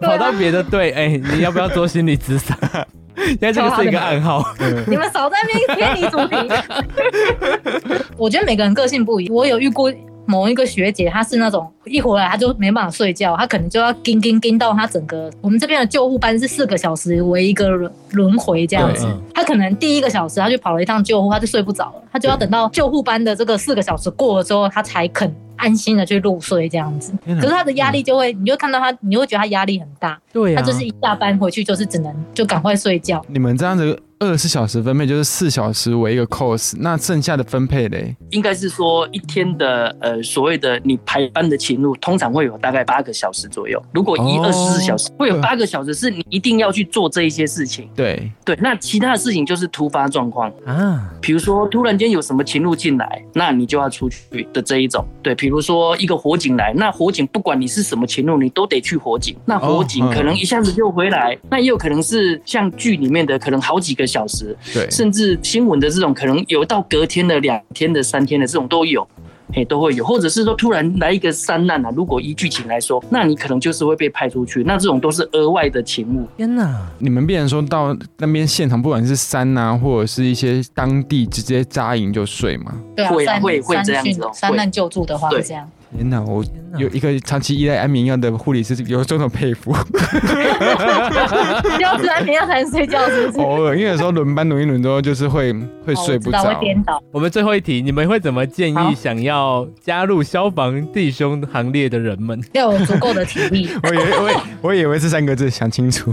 Speaker 2: 跑到别的队，哎，你要不要做心理 智商？那这个是一个暗号。
Speaker 1: 你们少在那边偏离主题。 我觉得每个人个性不一，我有遇过某一个学姐，她是那种一回来她就没办法睡觉，她可能就要盯盯盯到她整个我们这边的救护班是四个小时为一个轮轮回这样子
Speaker 2: 对嗯。
Speaker 1: 她可能第一个小时她就跑了一趟救护，她就睡不着了，她就要等到救护班的这个四个小时过了之后，她才肯。安心的去入睡这样子，
Speaker 2: 天哪
Speaker 1: 可是她的压力就会，你就看到她，你会觉得她压力很大，
Speaker 2: 对
Speaker 1: 她
Speaker 2: 啊，
Speaker 1: 就是一下班回去就是只能就赶快睡觉，
Speaker 3: 你们这样子二十小时分配就是四小时为一个 cos，那剩下的分配嘞？
Speaker 5: 应该是说一天的呃所谓的你排班的勤务，通常会有大概八个小时左右。如果一
Speaker 3: 哦
Speaker 5: 二十四小时，会有八个小时是你一定要去做这一些事情。
Speaker 3: 对，
Speaker 5: 对，那其他的事情就是突发状况，
Speaker 2: 啊，
Speaker 5: 比如说突然间有什么勤务进来，那你就要出去的这一种。对，比如说一个火警来，那火警不管你是什么勤务，你都得去火警。那火警
Speaker 3: 哦嗯
Speaker 5: 可能一下子就回来，那也有可能是像剧里面的，可能好几个小时，
Speaker 3: 对，
Speaker 5: 甚至新闻的这种，可能有到隔天的、两天的、三天的这种都有。嘿，都会有，或者是说突然来一个山难啊！如果依剧情来说，那你可能就是会被派出去，那这种都是额外的勤务。
Speaker 2: 天哪！
Speaker 3: 你们变成说到那边现场，不管是山啊，或者是一些当地直接扎营就睡嘛。
Speaker 1: 对啊，
Speaker 5: 会啊
Speaker 1: 三
Speaker 5: 会会
Speaker 1: 三
Speaker 5: 这样子
Speaker 1: 训
Speaker 5: 哦
Speaker 1: 三
Speaker 5: 会
Speaker 1: 难救助的话
Speaker 5: 对
Speaker 1: 是这样，
Speaker 3: 天哪，我
Speaker 2: 天哪
Speaker 3: 有一个长期依赖安眠药的护理师，有这种佩 服。
Speaker 1: 要吃安眠药才能睡觉，是不是？
Speaker 3: 偶尔，因为有时候轮班轮一轮之后，就是会哦会
Speaker 1: 哦
Speaker 3: 睡
Speaker 1: 我
Speaker 3: 不
Speaker 1: 知道
Speaker 3: 着。
Speaker 1: 会颠倒。
Speaker 2: 我们最后一题，你们会怎么建
Speaker 1: 好
Speaker 2: 议想要加入消防弟兄行列的人们？
Speaker 1: 要有足够的体 力，
Speaker 3: 我以为我以我以为是三个字，想 清楚。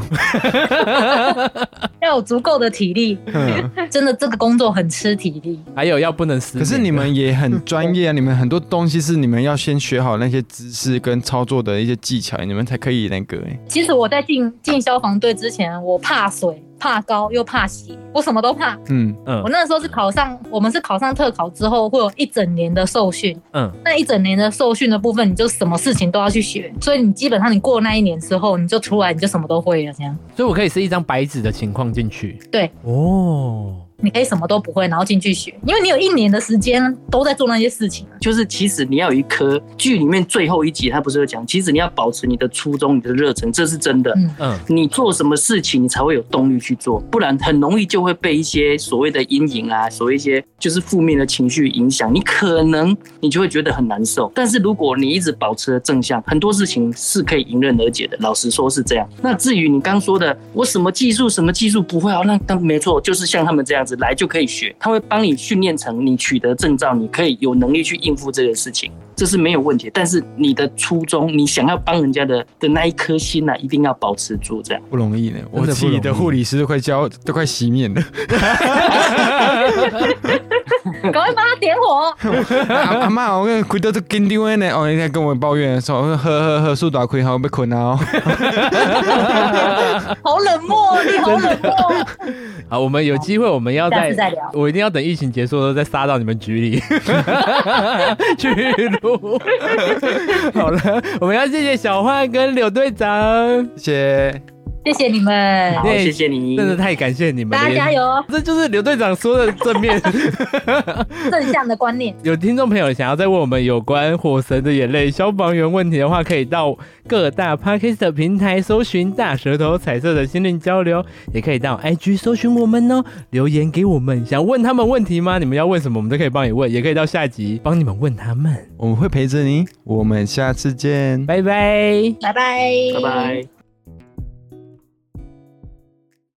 Speaker 1: 要有足够的体力，
Speaker 3: 嗯
Speaker 1: 真的这个工作很吃体力。
Speaker 2: 还有要不能死？
Speaker 3: 可是你们也很专业啊，你们很多东西是你们要先学好那些知识跟操作的一些技巧，你们才可以那个、欸。
Speaker 1: 其实我在进进消防队之前，我怕水、怕高又怕血，我什么都怕。
Speaker 3: 嗯，
Speaker 2: 嗯
Speaker 1: 我那时候是考上，我们是考上特考之后会有一整年的受训，
Speaker 2: 嗯，
Speaker 1: 那一整年的受训的部分，你就什么事情都要去学，所以你基本上你过那一年之后，你就出来你就什么都会了，这样
Speaker 2: 所以我可以是一张白纸的情况进去。
Speaker 1: 对，
Speaker 2: 哦，
Speaker 1: 你可以什么都不会，然后进去学，因为你有一年的时间都在做那些事情。啊
Speaker 5: 就是其实你要有一颗剧里面最后一集，他不是有讲，其实你要保持你的初衷、你的热忱，这是真的。
Speaker 1: 嗯
Speaker 2: 嗯，
Speaker 5: 你做什么事情，你才会有动力去做，不然很容易就会被一些所谓的阴影啊，所谓一些就是负面的情绪影响，你可能你就会觉得很难受。但是如果你一直保持着正向，很多事情是可以迎刃而解的。老实说是这样。那至于你刚说的，我什么技术什么技术不会啊，那那没错，就是像他们这样子来就可以学，他会帮你训练成你取得证照，你可以有能力去应付这个事情。这是没有问题，但是你的初衷，你想要帮人家的的那一颗心呢、啊一定要保持住。这样，
Speaker 3: 不容易呢、
Speaker 2: 真
Speaker 3: 我
Speaker 2: 的不容易
Speaker 3: 自己的护理师都快教都快熄灭了，
Speaker 1: 赶快帮他点火。
Speaker 3: 啊 阿妈，我跟亏到都跟丢呢，哦，人家跟我抱怨说，我说喝喝喝，速打亏好被困哦。
Speaker 1: 好冷漠，哦你好冷漠。哦
Speaker 2: 好，我们有机会我们要
Speaker 1: 下
Speaker 2: 再
Speaker 1: 次再聊
Speaker 2: 我一定要等疫情结束的时候再杀到你们局 里去录。好了，我们要谢谢小焕跟柳队长，
Speaker 3: 谢谢。
Speaker 1: 谢谢你们，
Speaker 5: 好，
Speaker 2: 对
Speaker 5: 谢谢你，
Speaker 2: 真的太感谢你们，
Speaker 1: 大家加！油，
Speaker 2: 这就是刘队长说的正面。
Speaker 1: 正向的观念。
Speaker 2: 有听众朋友想要再问我们有关《火神的眼泪》消防员问题的话，可以到各大 podcast 平台搜寻“大舌头彩色的心灵交流”，也可以到 IG 搜寻我们哦，留言给我们。想问他们问题吗？你们要问什么，我们都可以帮你问，也可以到下集帮你们问他们。
Speaker 3: 我们会陪着你，我们下次见，
Speaker 2: 拜拜。
Speaker 5: 拜拜。